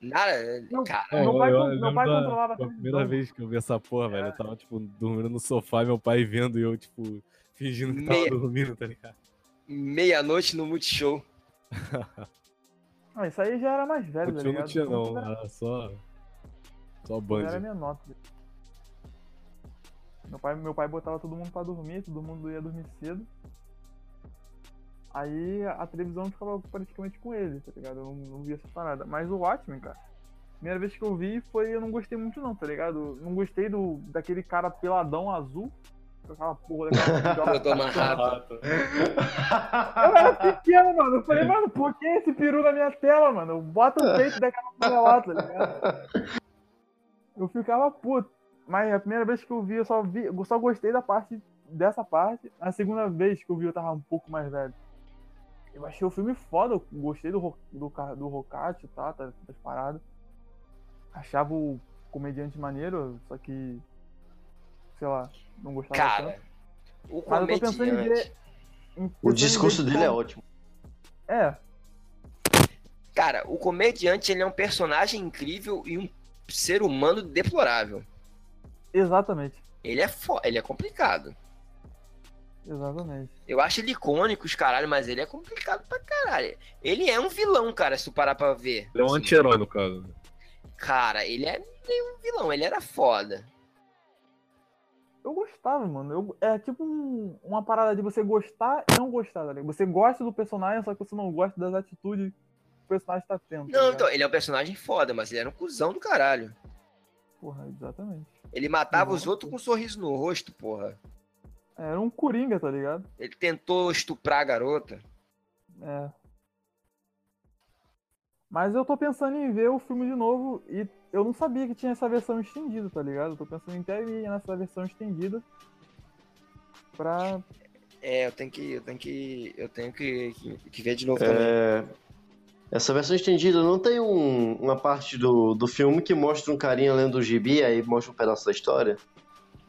A: Nada,
C: Não.
A: cara.
B: É,
C: meu pai,
B: eu- eu
C: con- meu
B: lembro
C: pai
B: da-
C: controlava
B: Foi
C: então. É. a
B: a
C: televisão.
B: primeira vez que eu vi essa porra, velho. Eu tava, tipo, dormindo no sofá e meu pai vendo e eu, tipo, fingindo que tava
A: Meia-
B: dormindo, tá ligado?
A: Meia-noite no Multishow.
C: Não, Ah, isso aí já era mais velho,
B: O
C: tá
B: tio
C: ligado?
B: não Tipo, tinha, não.
C: Era,
B: Era só. Só
C: era
B: Band.
C: menor. tá ligado? Meu pai, meu pai botava todo mundo pra dormir, todo mundo ia dormir cedo. Aí a televisão ficava praticamente com ele, tá ligado? Eu não, não via essa parada. Mas o Watchmen, cara, primeira vez que eu vi foi eu não gostei muito não, tá ligado? Não gostei do, daquele cara peladão azul. com Aquela porra daquela
A: Eu tô
C: tá,
A: amarrado.
C: Eu era pequeno, mano. Eu falei, mano, por que esse peru na minha tela, mano? Bota o peito daquela mulher lá, tá ligado? Eu ficava puto. Mas a primeira vez que eu vi, eu só vi, eu só gostei da parte dessa parte. A segunda vez que eu vi, eu tava um pouco mais velho. Eu achei o filme foda, eu gostei do, ro- do, ca- do Rocate, tá, tá, das paradas. Achava o comediante maneiro, só que. Sei lá, não gostava tanto.
A: Cara, o
C: tá. Mas eu tô pensando em ver.
A: comediante.
C: em-
D: O
C: pensando em ver
D: discurso
C: de
D: dele é
C: como-
D: ótimo.
C: É,
A: Cara, o comediante ele é um personagem incrível e um ser humano deplorável.
C: exatamente.
A: Ele é fo... ele é complicado.
C: Exatamente.
A: Eu acho ele icônico, os caralho, mas ele é complicado pra caralho. Ele é um vilão, cara, se tu parar pra ver.
B: Ele é um
A: Assim,
B: anti-herói, no caso.
A: Cara, ele é meio um vilão, ele era foda.
C: Eu gostava, mano. Eu- é tipo um- uma parada de você gostar e não gostar, tá ligado? Você gosta do personagem, só que você não gosta das atitudes que o personagem tá tendo. tá
A: Não,
C: ligado?
A: então, ele é um personagem foda, mas ele era um cuzão do caralho.
C: Porra, exatamente.
A: Ele matava os
C: Nossa.
A: outros com um sorriso no rosto, porra.
C: Era um coringa, tá ligado?
A: Ele tentou estuprar a garota.
C: É. Mas eu tô pensando em ver o filme de novo e eu não sabia que tinha essa versão estendida, tá ligado? Eu tô pensando em até ir nessa versão estendida pra.
A: É, eu tenho que. Eu tenho que. Eu tenho que, que, que ver de novo também.
D: É, Essa versão estendida não tem um- uma parte do, do filme que mostra um carinha lendo o gibi, aí mostra um pedaço da história?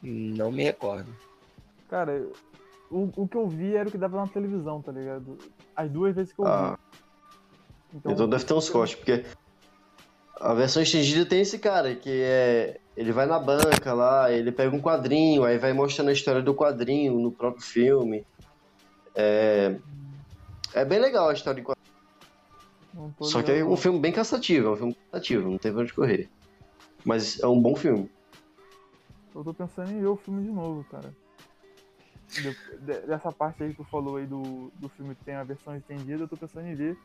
A: Não me recordo.
C: Cara, eu- o, o que eu vi era o que dava na televisão, tá ligado? As duas vezes
A: Hum.
C: que eu
D: Ah,
C: vi. Então,
D: então deve ter uns cortes, porque a versão estendida tem esse cara que é. Ele vai na banca lá, ele pega um quadrinho, aí vai mostrando a história do quadrinho no próprio filme. É, é bem legal a história de quadrinho.
C: não tô
D: Só que é
C: ligado.
D: um filme bem cansativo, é um filme cansativo, não tem pra onde correr. Mas é um bom filme.
C: Eu tô pensando em ver o filme de novo, cara. De- de- dessa parte aí que tu falou aí do, do filme que tem a versão estendida, eu tô pensando em ver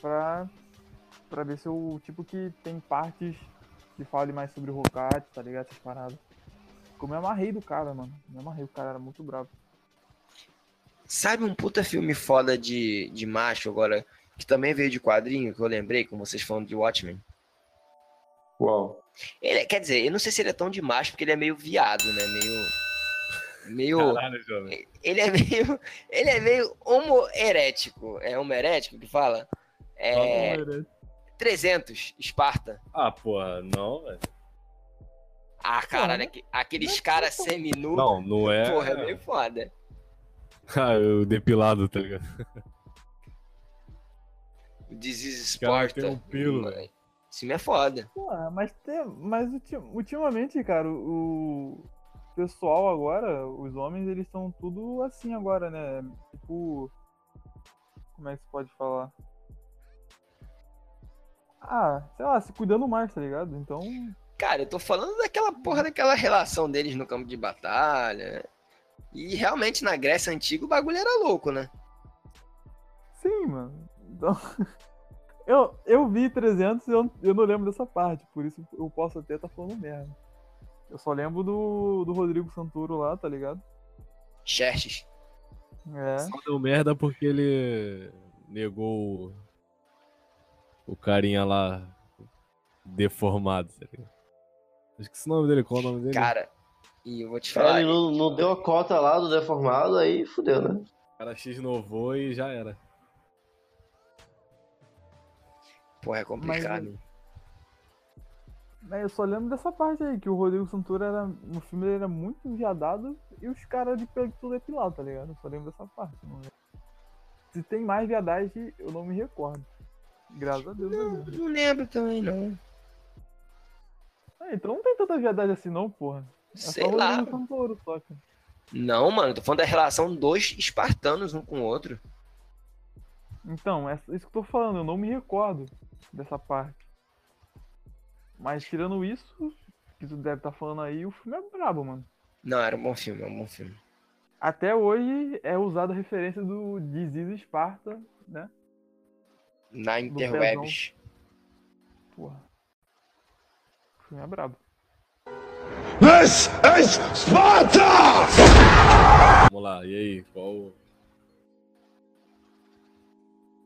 C: pra, pra ver se eu, tipo, que tem partes que fale mais sobre o Rocate, tá ligado? Essas paradas. Como eu me amarrei do cara, mano. Me amarrei, o cara era muito bravo.
A: Sabe um puta filme foda de, de macho agora, que também veio de quadrinho, que eu lembrei, como vocês falam de Watchmen?
D: Uau.
A: Ele, é- quer dizer, eu não sei se ele é tão de macho, porque ele é meio viado, né? Meio. Meio.
B: Caralho, jovem.
A: Ele é meio. Ele é meio homoerético. É homoerético que fala? É, 300, Esparta.
B: Ah, porra, não, velho.
A: Ah, cara, né? que- aqueles caras seminu,
B: Não, não é.
A: porra, é meio foda.
B: Ah, eu depilado, tá ligado?
A: O Disease
B: Cara,
A: Sparta.
B: tem um pelo,
A: Mano,
B: velho.
A: Esse time é foda.
C: Ué, mas, tem, mas ulti- ultimamente, cara, o o pessoal agora, os homens, eles são tudo assim agora, né? Tipo. Como é que se pode falar? Ah, sei lá, se cuidando mais, tá ligado? Então.
A: Cara, eu tô falando daquela porra daquela relação deles no campo de batalha. E realmente na Grécia Antiga o bagulho era louco, né?
C: Sim, mano. Então. Eu, eu vi 300 e eu, eu não lembro dessa parte, por isso eu posso até estar falando merda. Eu só lembro do, do Rodrigo Santoro lá, tá ligado?
A: Xerxes.
C: É.
B: Só deu merda porque ele negou o- o carinha lá deformado, tá ligado? Acho que esse nome dele, qual é o nome dele?
A: Cara, e eu vou te
D: Cara,
A: falar.
D: É, ele não, não deu a cota lá do deformado, aí fudeu, né?
B: O cara X novou e já era.
A: Porra, é complicado.
C: Mas É, eu só lembro dessa parte aí, que o Rodrigo Santoro era. No filme ele era muito viadado e os caras de pele tudo depilado, tá ligado? Eu só lembro dessa parte. Não lembro. Se tem mais viadagem, eu não me recordo. Graças a Deus. né? eu lembro.
A: Não lembro também, não.
C: Ah, então não tem tanta viadagem assim não, porra. É
A: Sei
C: só o
A: lá.
C: Rodrigo Santoro só, cara.
A: Não, mano, eu tô falando da relação dos espartanos um com o outro.
C: Então, é isso que eu tô falando, eu não me recordo dessa parte. Mas tirando isso, que tu deve estar falando aí, o filme é brabo, mano.
A: Não, era um bom filme, é um bom filme.
C: Até hoje é usada a referência do Disease Esparta, né?
A: Na Interwebs.
C: Porra. O filme é brabo.
E: This is Sparta!
B: Vamos lá, e aí? Qual. o-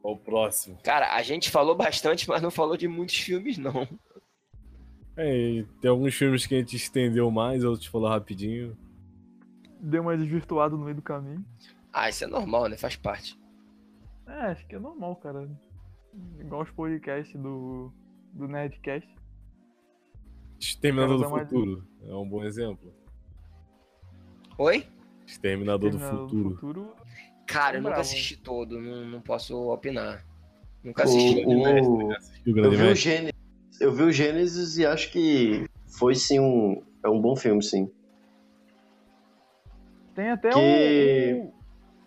B: Qual o próximo?
A: Cara, a gente falou bastante, mas não falou de muitos filmes, não.
B: É, e tem alguns filmes que a gente estendeu mais, eu te falar rapidinho.
C: Deu uma desvirtuada no meio do caminho.
A: Ah, isso é normal, né? Faz parte.
C: É, acho que é normal, cara. Igual os podcasts do, do Nerdcast.
B: Exterminador do
C: Quero dar uma-
B: Futuro é um bom exemplo.
A: Oi?
B: Exterminador do
C: Terminado
B: Futuro.
C: né, futuro.
A: Cara, eu
C: Bravo.
A: nunca assisti todo, não, não posso opinar. Nunca assisti.
D: O, o,
B: Do
D: Eu
B: né? Grande
D: vi o
B: Mestre.
D: Gênesis. Eu vi o Gênesis e acho que foi sim um. É um bom filme, sim.
C: Tem até
D: Que-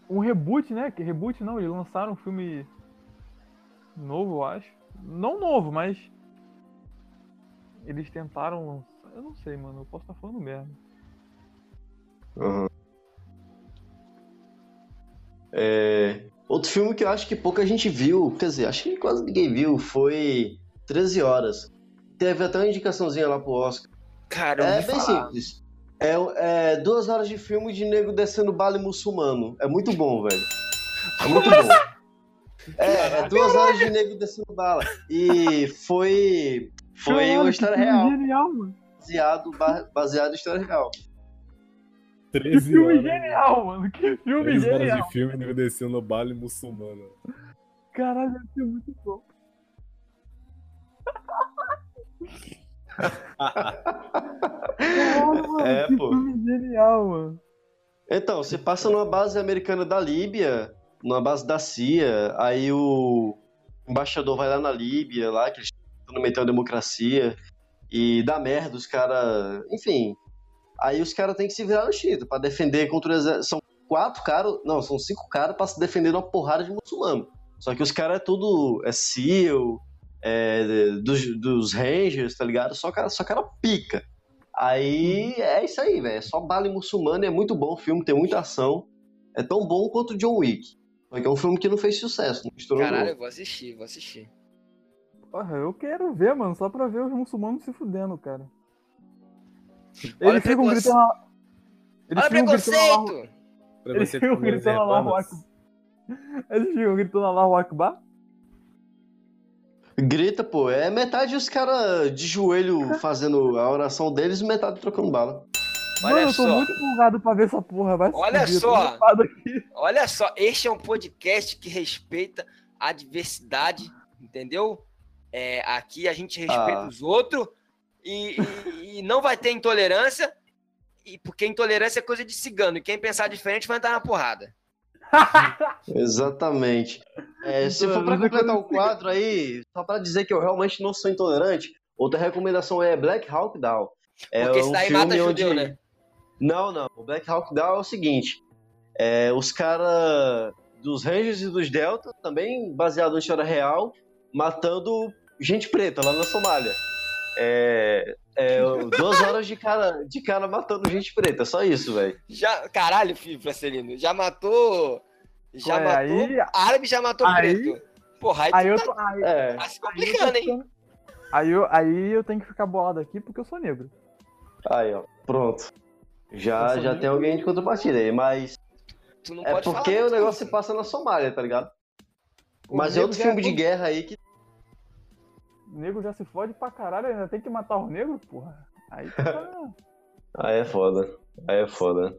C: um, um. Um reboot, né? Que reboot não, eles lançaram um filme novo, eu acho. Não novo, mas. Eles tentaram lançar. Eu não sei, mano. Eu posso estar falando merda.
D: Aham. É, outro filme que eu acho que pouca gente viu, quer dizer, acho que quase ninguém viu, foi 13 Horas. Teve até uma indicaçãozinha lá pro Oscar.
A: Cara, eu
D: É
A: ouvi
D: bem
A: falar.
D: simples. É, é duas horas de filme de nego descendo bala em muçulmano. É muito bom, velho. É muito bom. É, é duas horas de nego descendo bala. E foi. Foi
C: Caralho,
D: uma
C: que
D: história
C: filme
D: real,
C: Genial, mano.
D: baseado, ba- baseado em história real.
B: 13
C: que filme
B: horas.
C: genial, mano. Que filme
B: 13
C: genial.
B: horas de filme, nego descendo no baile muçulmano.
C: Caralho, esse é muito bom. Caralho, mano,
D: É,
C: que
D: pô.
C: filme genial, mano.
D: Então, você passa numa base americana da Líbia, numa base da CIA, aí o embaixador vai lá na Líbia, lá que eles estão metendo a democracia, e dá merda, os caras. Enfim. Aí os caras têm que se virar no Chito pra defender contra o exército. São quatro caras, não, são cinco caras pra se defender de uma porrada de muçulmano. Só que os caras é tudo. É SEAL, é, dos, dos Rangers, tá ligado? Só cara, só cara pica. Aí é isso aí, velho. É só bala em muçulmano, e é muito bom o filme, tem muita ação. É tão bom quanto o John Wick. Só que é um filme que não fez sucesso, não estourou
A: Caralho,
D: muito.
A: eu vou assistir, vou assistir.
C: Porra, eu quero ver, mano, só pra ver os muçulmanos se fudendo, cara.
A: Olha
C: Eles ficam
A: preconce-
C: gritando. lá- Eles um
A: Olha o
C: ficam gritando.
A: preconceito!
B: Pra
C: Eles
B: você
C: ficam
B: também,
C: gritando
B: né,
C: lá
B: mano?
C: no Acre. lá- Eles ficam gritando lá o Akbar.
D: Grita, pô. É metade os caras de joelho fazendo a oração deles e metade trocando bala.
A: Olha
C: Mano, eu tô
A: só.
C: muito empolgado pra ver essa porra. Vai se
A: Olha
C: fuder, tô
A: só. É
C: ocupado aqui.
A: Olha só, este é um podcast que respeita a diversidade entendeu? É, aqui a gente respeita
D: Ah.
A: os outros e, e- e não vai ter intolerância, e porque intolerância é coisa de cigano, e quem pensar diferente vai entrar na porrada.
D: Exatamente. É, se for pra completar o quadro aí, só pra dizer que eu realmente não sou intolerante, outra recomendação é Black Hawk Down. É
A: Porque esse daí mata judeu,
D: onde-
A: né?
D: Não, não. O Black Hawk Down é o seguinte: é, os caras dos Rangers e dos Delta, também baseado em história real, matando gente preta lá na Somália. É, é, duas horas de cara, de cara matando gente preta, só isso, velho.
A: Já, caralho, filho, Francelino, já matou. Já
C: Ué,
A: matou.
C: aí-
A: árabe já matou
C: aí-
A: preto. Porra, aí,
C: Aí
A: tu
C: eu
A: tá,
C: tô. Aí,
D: É,
A: tá se
C: aí eu tô
A: complicando, hein?
C: ficando- Aí eu, aí eu tenho que ficar bolado aqui porque eu sou negro.
D: aí, ó, pronto. Já,
C: Nossa,
D: já
C: né?
D: tem alguém de contrapartida aí, mas
A: Tu não
D: é
A: pode
D: porque
A: falar
D: o
A: muito
D: negócio se
A: disso.
D: passa na Somália, tá ligado?
C: O
D: Mas é
C: negro
D: outro
C: já
D: filme de
C: todo-
D: guerra aí que.
C: Negro já se fode pra caralho, ainda tem que matar os negros, porra. Aí tá.
D: Aí é foda. Aí é foda.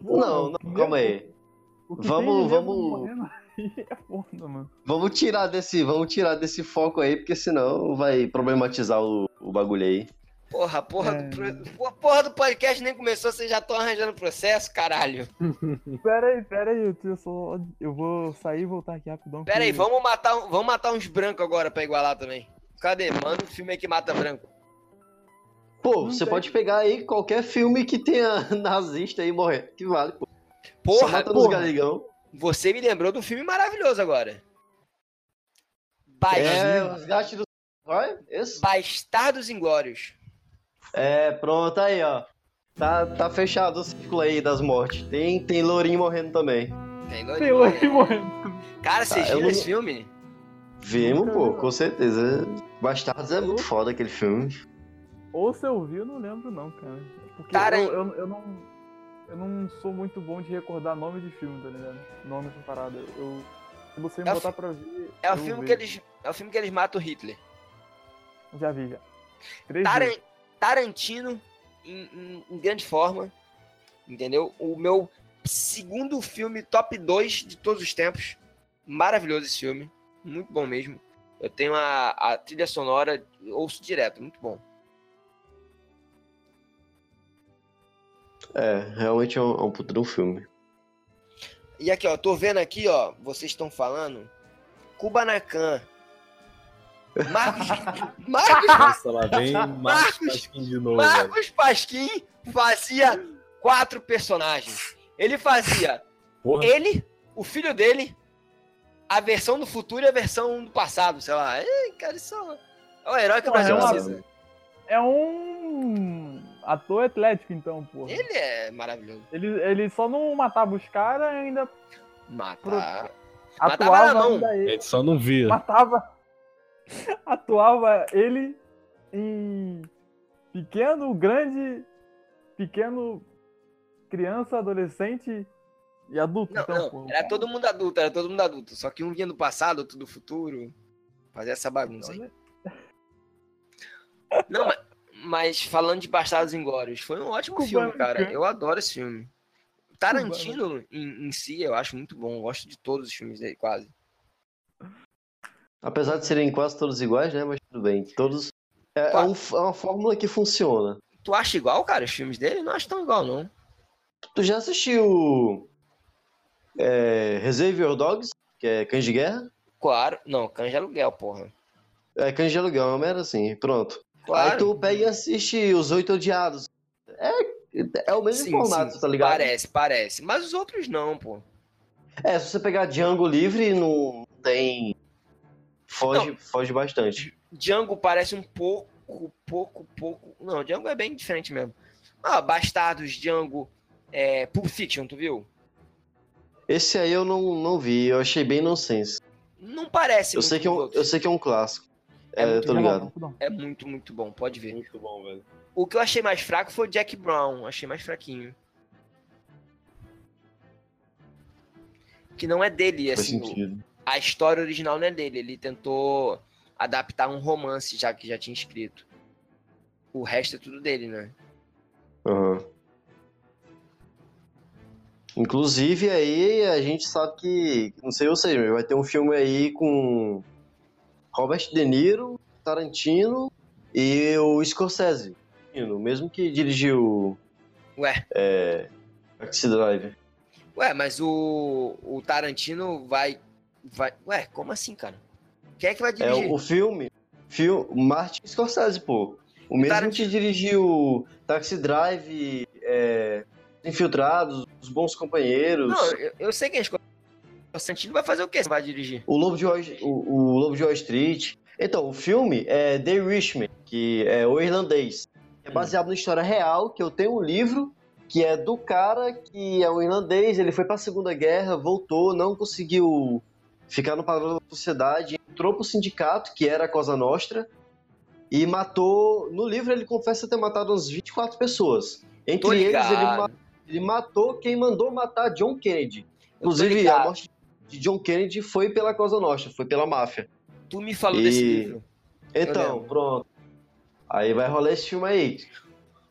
D: Não, não, calma aí.
C: O que
D: Vamos-
C: tem de negro
D: vamos-
C: morrendo Aí é foda, mano.
D: Vamos tirar desse, vamos tirar desse foco aí, porque senão vai problematizar o, o bagulho aí.
A: Porra, porra,
C: É.
A: do pro- porra, porra do podcast nem começou, vocês já estão arranjando processo, caralho.
C: Pera aí, pera aí, eu, tô- eu só. Eu vou sair e voltar aqui rapidão.
A: Pera aí,
C: que-
A: vamos matar, um- vamos matar uns brancos agora pra igualar também. Cadê? Manda um filme aí que mata branco.
D: Pô,
C: Não
D: você
C: tem.
D: pode pegar aí qualquer filme que tenha nazista aí morrendo, que vale, pô. Só
A: Porra,
D: mata nos
A: porra,
D: galigão.
A: você me lembrou de um filme maravilhoso agora. Bas-
D: É, os gastos do... Vai? Esse?
A: Bastardos Inglórios.
D: É, pronto, aí, ó. Tá, tá fechado o círculo aí das mortes. Tem, tem lourinho morrendo também.
A: Tem
C: Tem
A: doido,
C: o
A: né?
C: morrendo.
A: Cara, vocês
D: Tá, eu
A: viram
D: não-
A: esse filme?
D: Vimos, pô, com certeza. Bastardos é muito foda aquele filme.
C: Ou se eu vi, eu não lembro, não, cara. Porque
A: Cara,
C: eu, eu, eu não. Eu não sou muito bom de recordar nome de filme, tá ligado? Nome de parada. Eu. Se você me
A: É o
C: botar
A: fi-
C: pra ver.
A: É o
C: eu
A: filme
C: vejo.
A: que eles, é o filme que eles matam o Hitler.
C: Já vi, já. Três
A: Taran-
C: vezes.
A: Tarantino em, em- em grande forma, entendeu? O meu segundo filme top 2 de todos os tempos. Maravilhoso esse filme, muito bom mesmo. Eu tenho a, a trilha sonora, ouço direto, muito bom.
D: É, realmente é um, é um putrão filme.
A: E aqui, ó, tô vendo aqui, ó, vocês estão falando Kubanacan. Marcos, Marcos,
B: Nossa, lá vem Marcos Pasquim de novo, velho.
A: Marcos Pasquim fazia quatro personagens. Ele fazia
B: Porra,
A: ele, o filho dele, a versão do futuro e a versão do passado, sei lá. É, cara, isso é um- é o herói que o
C: Porra,
A: Brasil
D: é uma-
A: precisa.
C: É um ator atlético, então, porra. Ele,
A: Ele é maravilhoso.
C: ele, só não matava os caras, ainda
A: Matar. Matava
C: atuava
A: na mão.
C: ainda
B: a
C: ele.
B: gente só não via.
C: Matava. Atuava ele em pequeno, grande, pequeno, criança, adolescente e adulto,
A: Não,
C: então,
A: não.
C: porra.
A: Era todo mundo adulto, era todo mundo adulto. Só que um vinha do passado, outro do futuro. Fazer essa bagunça aí. Não, mas, mas falando de Bastardos Inglórios, foi um ótimo
C: Cubano,
A: filme, cara.
D: é um
C: cara.
A: Eu adoro esse filme.
D: né?
A: Tarantino, em, em si, eu acho muito bom. Gosto de todos os filmes dele, quase.
D: Apesar de serem quase todos iguais, né? Mas tudo bem. Todos. É, é
A: Pá.
D: um f- é uma fórmula que funciona.
A: Tu acha igual, cara, os filmes dele? Não acho tão igual, não.
D: Tu já assistiu. É, Reserve Your Dogs, que é Cães de Guerra?
A: Claro. Não, canja aluguel, porra.
D: É Cães de Aluguel, é uma merda assim, pronto.
A: Claro.
D: Aí tu pega e assiste Os Oito Odiados. É, é o mesmo
A: Sim,
D: formato,
A: sim.
D: tá ligado?
A: Parece, parece. Mas os outros não, pô.
D: É, se você pegar Django livre, não tem. Foge, foge bastante.
A: Django parece um pouco, pouco, pouco. Não, Django é bem diferente mesmo. Ah, Bastardos, Django, é, Pulp Fiction, tu viu?
D: Esse aí eu não, não vi, eu achei bem nonsense.
A: Não parece.
D: Eu
A: muito
D: sei que é
A: dos
D: um, eu
A: outros.
D: sei que é um clássico.
A: É
D: É, eu
A: muito
D: tô
C: Rapidão,
D: ligado.
C: rapidão.
A: É muito, muito bom, pode ver.
B: Muito bom, velho.
A: O que eu achei mais fraco foi o Jack Brown. Achei mais fraquinho. Que não é dele,
D: Faz
A: assim. o-
D: sentido.
A: a história original não é dele. Ele tentou adaptar um romance já que já tinha escrito. O resto é tudo dele, né?
D: Aham. Inclusive, aí a gente sabe que. Não sei vocês, mas vai ter um filme aí com Robert De Niro, Tarantino e o Scorsese. O mesmo que dirigiu.
A: Ué.
D: É, Taxi Drive.
A: Ué, mas o, o Tarantino vai, vai. Ué, como assim, cara? Quem é que vai
D: É
A: dirigir?
D: o filme. Fil, Martin Scorsese, pô. O mesmo
A: Tarantino.
D: que dirigiu Taxi Drive, é, Infiltrados, Os Bons Companheiros.
A: Não, eu, eu sei quem é Scorsese. O Tarantino vai fazer o quê? Você vai dirigir?
D: O Lobo de Wall, o, o Lobo de Wall Street. Então, o filme é The Irishman, que é o irlandês.
A: Hum.
D: É baseado na história real, que eu tenho um livro que é do cara que é um irlandês, ele foi pra Segunda Guerra, voltou, não conseguiu ficar no padrão da sociedade, entrou pro sindicato, que era a Cosa Nostra, e matou... No livro ele confessa ter matado uns 24 pessoas.
A: Tô
D: Entre eles, ele, ma-
A: ligado.
D: ele matou quem mandou matar John Kennedy. Inclusive,
A: ligado.
D: a morte de John Kennedy foi pela Cosa Nostra, foi pela máfia.
A: Tu me falou desse
D: E-
A: livro.
D: Então,
A: lembro.
D: pronto. Aí vai rolar esse filme aí.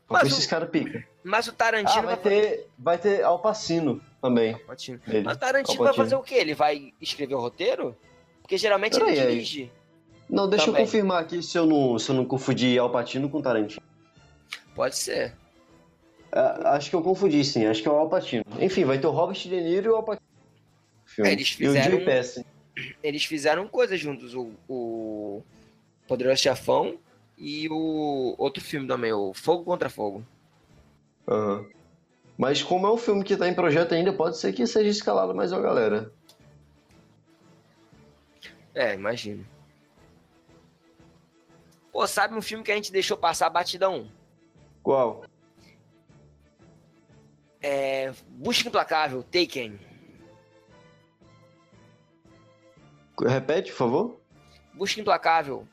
D: Pra
A: Mas
D: ver
A: o-
D: se esses caras pica.
A: Mas o
D: Ah,
A: Tarantino
D: vai
A: vai fazer.
D: ter, vai ter Alpacino também.
A: Tarantino.
D: Ele.
A: Mas o Tarantino vai
D: Alpatino.
A: fazer o quê? Ele vai escrever o roteiro? Porque geralmente
D: Peraí,
A: ele
D: aí.
A: dirige.
D: Não, deixa
A: Também.
D: eu confirmar aqui se eu não, se eu não confundi Alpatino com Tarantino.
A: Pode ser.
D: Ah, acho que eu confundi, sim. Acho que é o Alpatino. Enfim, vai ter o Robert De Niro e o Alpatino.
A: É, eles
D: e o
A: fizeram
D: Joey
A: um-
D: Pesci.
A: Eles fizeram coisas juntos. O, o Poderoso Chefão e o outro filme também, o Fogo Contra Fogo.
D: Aham. Mas como é um filme que tá em projeto ainda, pode ser que seja escalado mais uma galera.
A: É, imagino. Pô, sabe um filme que a gente deixou passar batidão?
D: Qual?
A: É. Busca Implacável, Taken.
D: Repete, por favor.
A: Busca Implacável.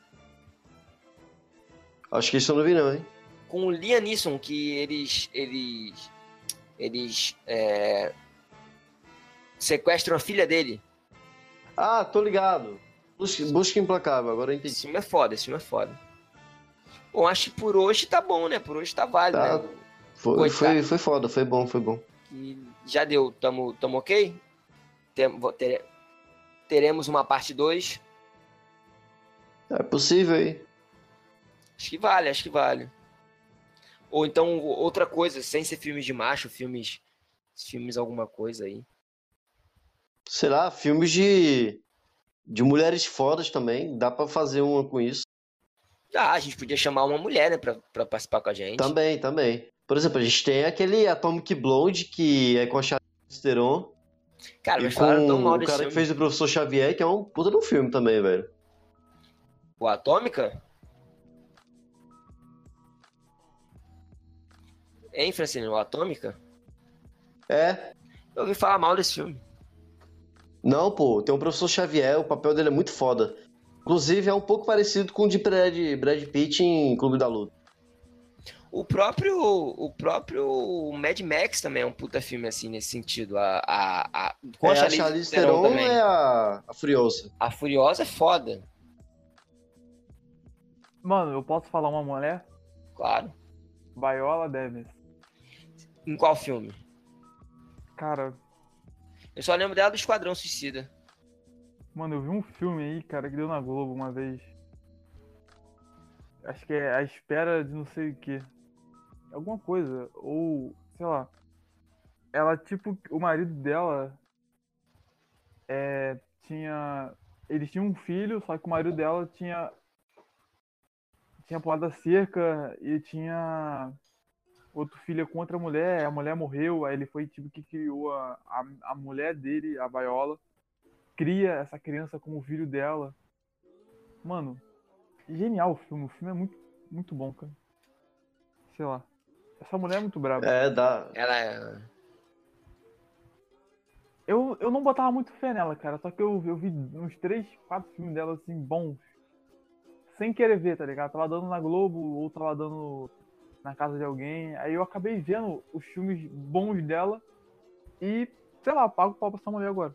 D: Acho que isso eu não vi, não, hein?
A: Com o Liam Neeson, que eles. Eles. Eles. é, sequestram a filha dele.
D: Ah, tô ligado. Busca, busca implacável, agora eu entendi.
A: Esse filme é foda, esse filme é foda. Bom, acho que por hoje tá bom, né? Por hoje tá válido,
D: Tá.
A: né?
D: Foi,
A: Coitado.
D: foi, foi foda, foi bom, foi bom.
A: E já deu, tamo, tamo ok? Tem- vo- tere- teremos uma parte 2.
D: É possível aí.
A: Acho que vale, acho que vale. Ou então o- outra coisa, sem ser filmes de macho, filmes. Filmes alguma coisa aí.
D: Sei lá, filmes de. De mulheres fodas também. Dá pra fazer uma com isso.
A: Ah, a gente podia chamar uma mulher, né, pra, pra participar com a gente.
D: Também, também. Por exemplo, a gente tem aquele Atomic Blonde, que é com a Charlize Theron.
A: Cara,
D: E
A: mas
D: com
A: falaram tão mal
D: o
A: desse
D: cara que
A: filme.
D: fez o Professor Xavier, que é um puta de um filme também, velho.
A: O Atômica? Hein, Francine, o Atômica?
D: É.
A: Eu ouvi falar mal desse filme.
D: Não, pô, tem o Professor Xavier, o papel dele é muito foda. Inclusive, é um pouco parecido com o de Brad, Brad Pitt em Clube da Luta.
A: O próprio, o próprio Mad Max também é um puta filme, assim, nesse sentido. A, a, a, com
D: É,
A: a
D: a
A: Charlize
D: Charlize
A: Theron
D: Theron
A: também.
D: é a, a Furiosa.
A: A Furiosa é foda,
C: Mano, eu posso falar uma mulher?
A: claro.
C: Viola Davis.
A: Em qual filme?
C: Cara,
A: Eu só lembro dela do Esquadrão Suicida.
C: mano, eu vi um filme aí, cara, que deu na Globo uma vez. Acho que é A Espera de não sei o que. Alguma coisa. Ou, sei lá. Ela, tipo, o marido dela. É. Tinha. Eles tinham um filho, só que o marido dela tinha. Tinha pulado a cerca e tinha. Outro filho com outra mulher, a mulher morreu, aí ele foi tipo que criou a, a, a mulher dele, a Viola cria essa criança como filho dela. Mano, genial o filme. O filme é muito, muito bom, cara. Sei lá. Essa mulher é muito braba.
D: É, dá.
A: Ela é...
C: Eu, eu não botava muito fé nela, cara. Só que eu, eu vi uns três, quatro filmes dela, assim, bons. Sem querer ver, tá ligado? Tava dando na Globo ou tava dando na casa de alguém. Aí eu acabei vendo os filmes bons dela e, sei lá, pago o pau pra essa mulher agora.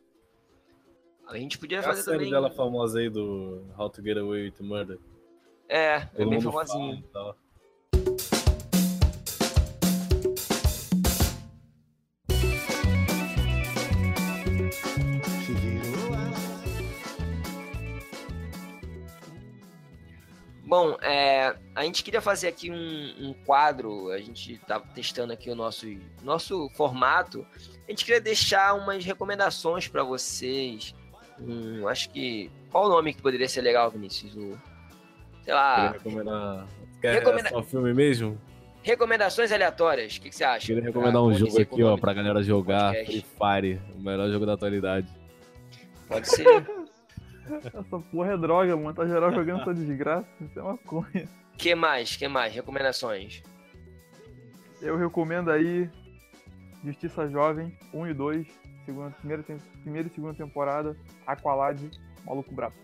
A: A gente podia
B: É a
A: fazer
B: série
A: também...
B: dela famosa aí do How to Get Away with Murder.
A: É, é
B: Todo
A: bem
B: mundo fala
A: famosinho.
B: e tal.
A: Bom, é, a gente queria fazer aqui um, um quadro, a gente estava testando aqui o nosso, nosso formato. A gente queria deixar umas recomendações para vocês. Hum, acho que. Qual o nome que poderia ser legal, Vinícius? O, sei
B: Queria
A: lá.
B: recomendar. Quer
A: Ah. Recomenda-
B: só um filme mesmo?
A: Recomendações aleatórias. O que, que você acha?
B: Queria
A: Pra
B: recomendar um
A: condizer
B: jogo
A: Ah, com o
B: aqui, ó,
A: nome
B: pra
A: do
B: galera jogar.
A: podcast.
B: Free Fire, o melhor jogo da atualidade.
A: Pode ser.
C: Essa porra é droga, mano. Tá geral jogando essa desgraça. Isso é uma coisa.
A: que mais? que mais? Recomendações.
C: Eu recomendo aí Justiça Jovem 1 e 2, segunda, primeira, tem- primeira e segunda temporada, Aqualad, Maluco Brabo.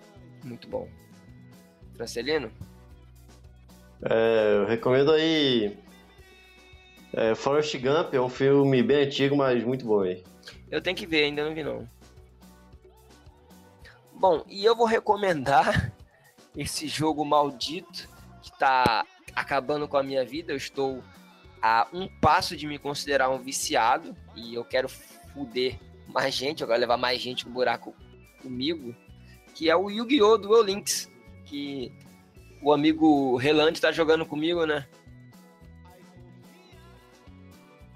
A: Muito bom. Francelino?
D: É, eu recomendo aí. É, Forrest Gump é um filme bem antigo, mas muito bom aí.
A: Eu tenho que ver, ainda não vi não. Bom, e eu vou recomendar esse jogo maldito que tá acabando com a minha vida. Eu estou a um passo de me considerar um viciado e eu quero fuder mais gente, eu quero levar mais gente pro buraco comigo, que é o Yu-Gi-Oh! do Links, que o amigo Relante tá jogando comigo, né?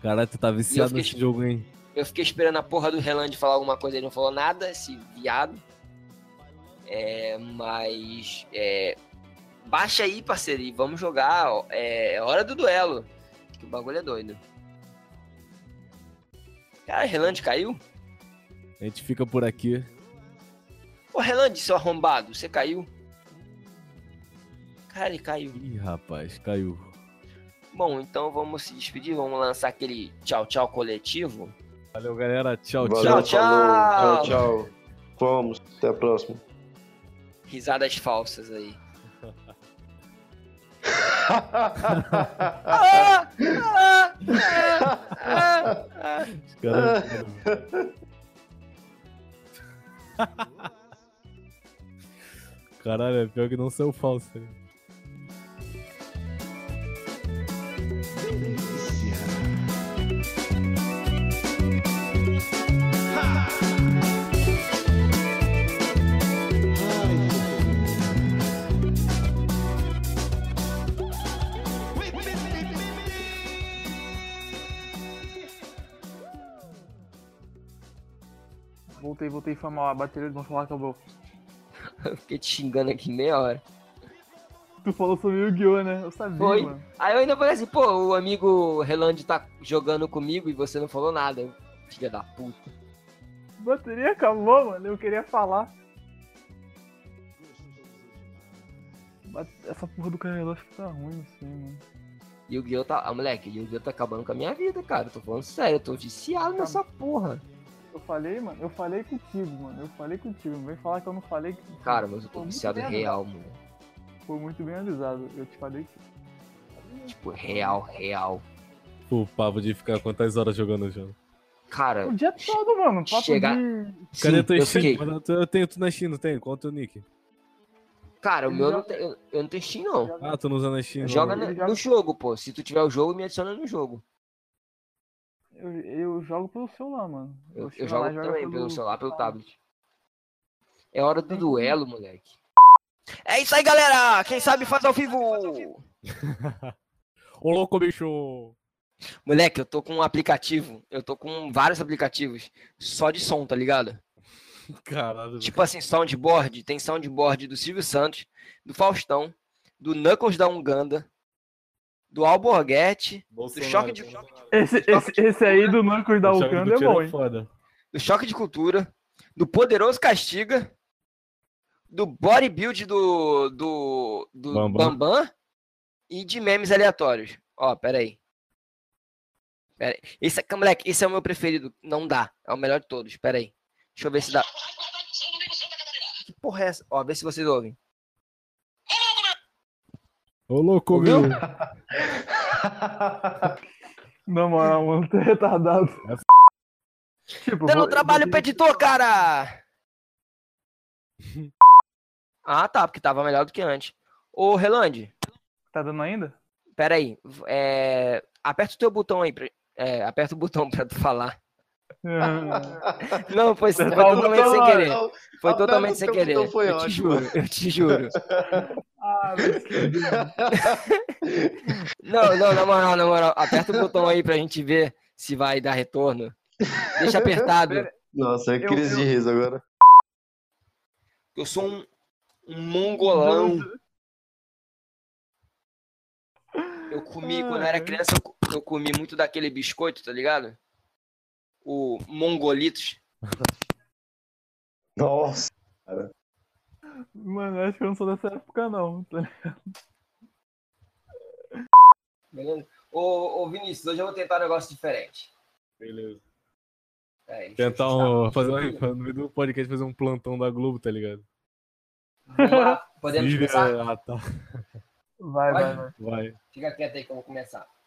B: Caralho, tu tá
A: eu
B: viciado
A: fiquei-
B: nesse jogo, hein?
A: Eu fiquei esperando a porra do Reland falar alguma coisa, ele não falou nada, esse viado. É, mas. é, baixa aí, parceiro, e vamos jogar. ó, É, é hora do duelo. Que o bagulho é doido. Cara, Reland caiu?
B: A gente fica por aqui.
A: Ô, Reland, seu arrombado, você caiu? Cara, ele caiu.
B: Ih, rapaz, caiu.
A: Bom, então vamos se despedir, vamos lançar aquele tchau-tchau coletivo.
B: Valeu, galera. Tchau, tchau.
D: Valeu,
A: tchau.
D: falou, tchau, tchau. Vamos, até a próxima.
A: Risadas falsas aí. Ah, ah,
B: Caralho. Caralho, é pior que não saiu falso. hein?
C: Voltei, voltei, foi mal. A bateria do meu celular acabou.
A: Eu fiquei te xingando aqui meia hora.
C: Tu falou sobre Yu-Gi-Oh, né? Eu sabia,
A: Foi.
C: mano.
A: Aí eu ainda falei assim, pô, o amigo Reland tá jogando comigo e você não falou nada. Eu, Filha da puta.
C: bateria acabou, mano. Eu queria falar. Bate- Essa porra do canelão tá ruim assim, mano.
A: E o Guiô tá. Ah, moleque, o Guiô tá acabando com a minha vida, cara. Eu tô falando sério, eu tô viciado nessa porra.
C: Eu falei, mano. Eu falei contigo, mano. Eu falei contigo. Não vem falar que eu não falei. que-
A: Cara, mas eu
C: Foi
A: tô
C: muito
A: viciado
C: bem
A: real, mano.
C: avisado. Foi muito bem avisado. Eu te falei que.
A: Tipo, real, real.
B: O papo de ficar quantas horas jogando o jogo.
A: Cara,
C: O dia todo, mano. Papo
A: É. Chegar-
C: de.
A: sim,
B: Cadê a tua
A: eu
B: Steam?
A: fiquei.
B: Manda a tua- Eu tenho tu na Steam, não tem? Qual é o teu nick?
A: Cara, o
C: Ele
A: meu
C: joga-
A: não tem. Eu, eu não tenho Steam, não.
B: Ah, tu não usa na Steam. não.
A: Joga
C: ele
A: no,
C: joga-
A: no jogo, pô. Se tu tiver o jogo, me adiciona no jogo.
C: Eu, eu jogo pelo celular, mano.
A: Eu,
C: chego
A: eu
C: lá
A: jogo
C: e jogo
A: também pelo celular, pelo
C: tablet.
A: tablet. É hora do duelo, moleque. É isso aí, galera! Quem sabe faz ao vivo!
B: Ô, louco, bicho!
A: Moleque, eu tô com um aplicativo. Eu tô com vários aplicativos. Só de som, tá ligado?
B: Caralho.
A: Tipo assim, soundboard. Tem soundboard do Silvio Santos, do Faustão, do Knuckles da Uganda, do Alborguete, do
B: Bolsonaro,
A: Choque de,
B: Bolsonaro.
C: Esse, esse, esse aí do Nancos da
B: O choque
C: Ucrânia
B: do
C: é
B: tiro
C: bom, hein?
B: foda.
A: do Choque de Cultura, do Poderoso Castiga, do Bodybuild do, do, do
B: Bambam.
A: Bambam. e de memes aleatórios. Ó, peraí. Pera aí. Esse, é- moleque, esse é o meu preferido. Não dá. É o melhor de todos. Peraí. Deixa eu ver se dá. Que porra é essa? Ó, vê se vocês ouvem.
B: Ô, louco,
A: Ouviu?
B: meu!
C: Na moral, mano, tu é retardado.
B: É
C: Tipo,
A: Dando
C: vou-
A: trabalho
C: vou-
A: pro editor, cara! ah, tá. Porque tava melhor do que antes. Ô, Relande.
C: Tá dando ainda?
A: Pera aí, v- é, aperta o teu botão aí, pra- é, aperta o botão pra tu falar. Não, foi, foi
C: Não,
A: totalmente
C: não,
A: sem
C: não,
A: querer.
D: não.
A: Foi
D: A
A: totalmente
D: pergunta
A: sem
D: que eu
A: querer.
D: fiz foi
A: eu te
D: ótima.
A: juro, eu te juro.
C: Ah, mas que lindo.
A: Não, não, na moral, na moral. Aperta o botão aí pra gente ver se vai dar retorno. Deixa apertado.
D: Nossa, é crise
C: eu-
D: de riso agora.
A: Eu sou um, um mongolão. Eu comi, quando eu era criança, eu, co- eu comi muito daquele biscoito, tá ligado? O Mongolitos.
D: Nossa.
C: Mano, acho que eu não sou dessa época, não.
A: Beleza? Ô, ô Vinícius, hoje eu vou tentar um negócio diferente.
B: Beleza.
A: Peraí, deixa eu
B: Tentar
A: chutar.
B: um, fazer um, no meio do podcast fazer um plantão da Globo, tá ligado?
A: Vamos lá, podemos
B: Filha,
A: começar?
B: ah, tá.
A: Vai.
C: Vai, vai, vai.
B: Vai.
A: Fica quieto aí que eu vou começar.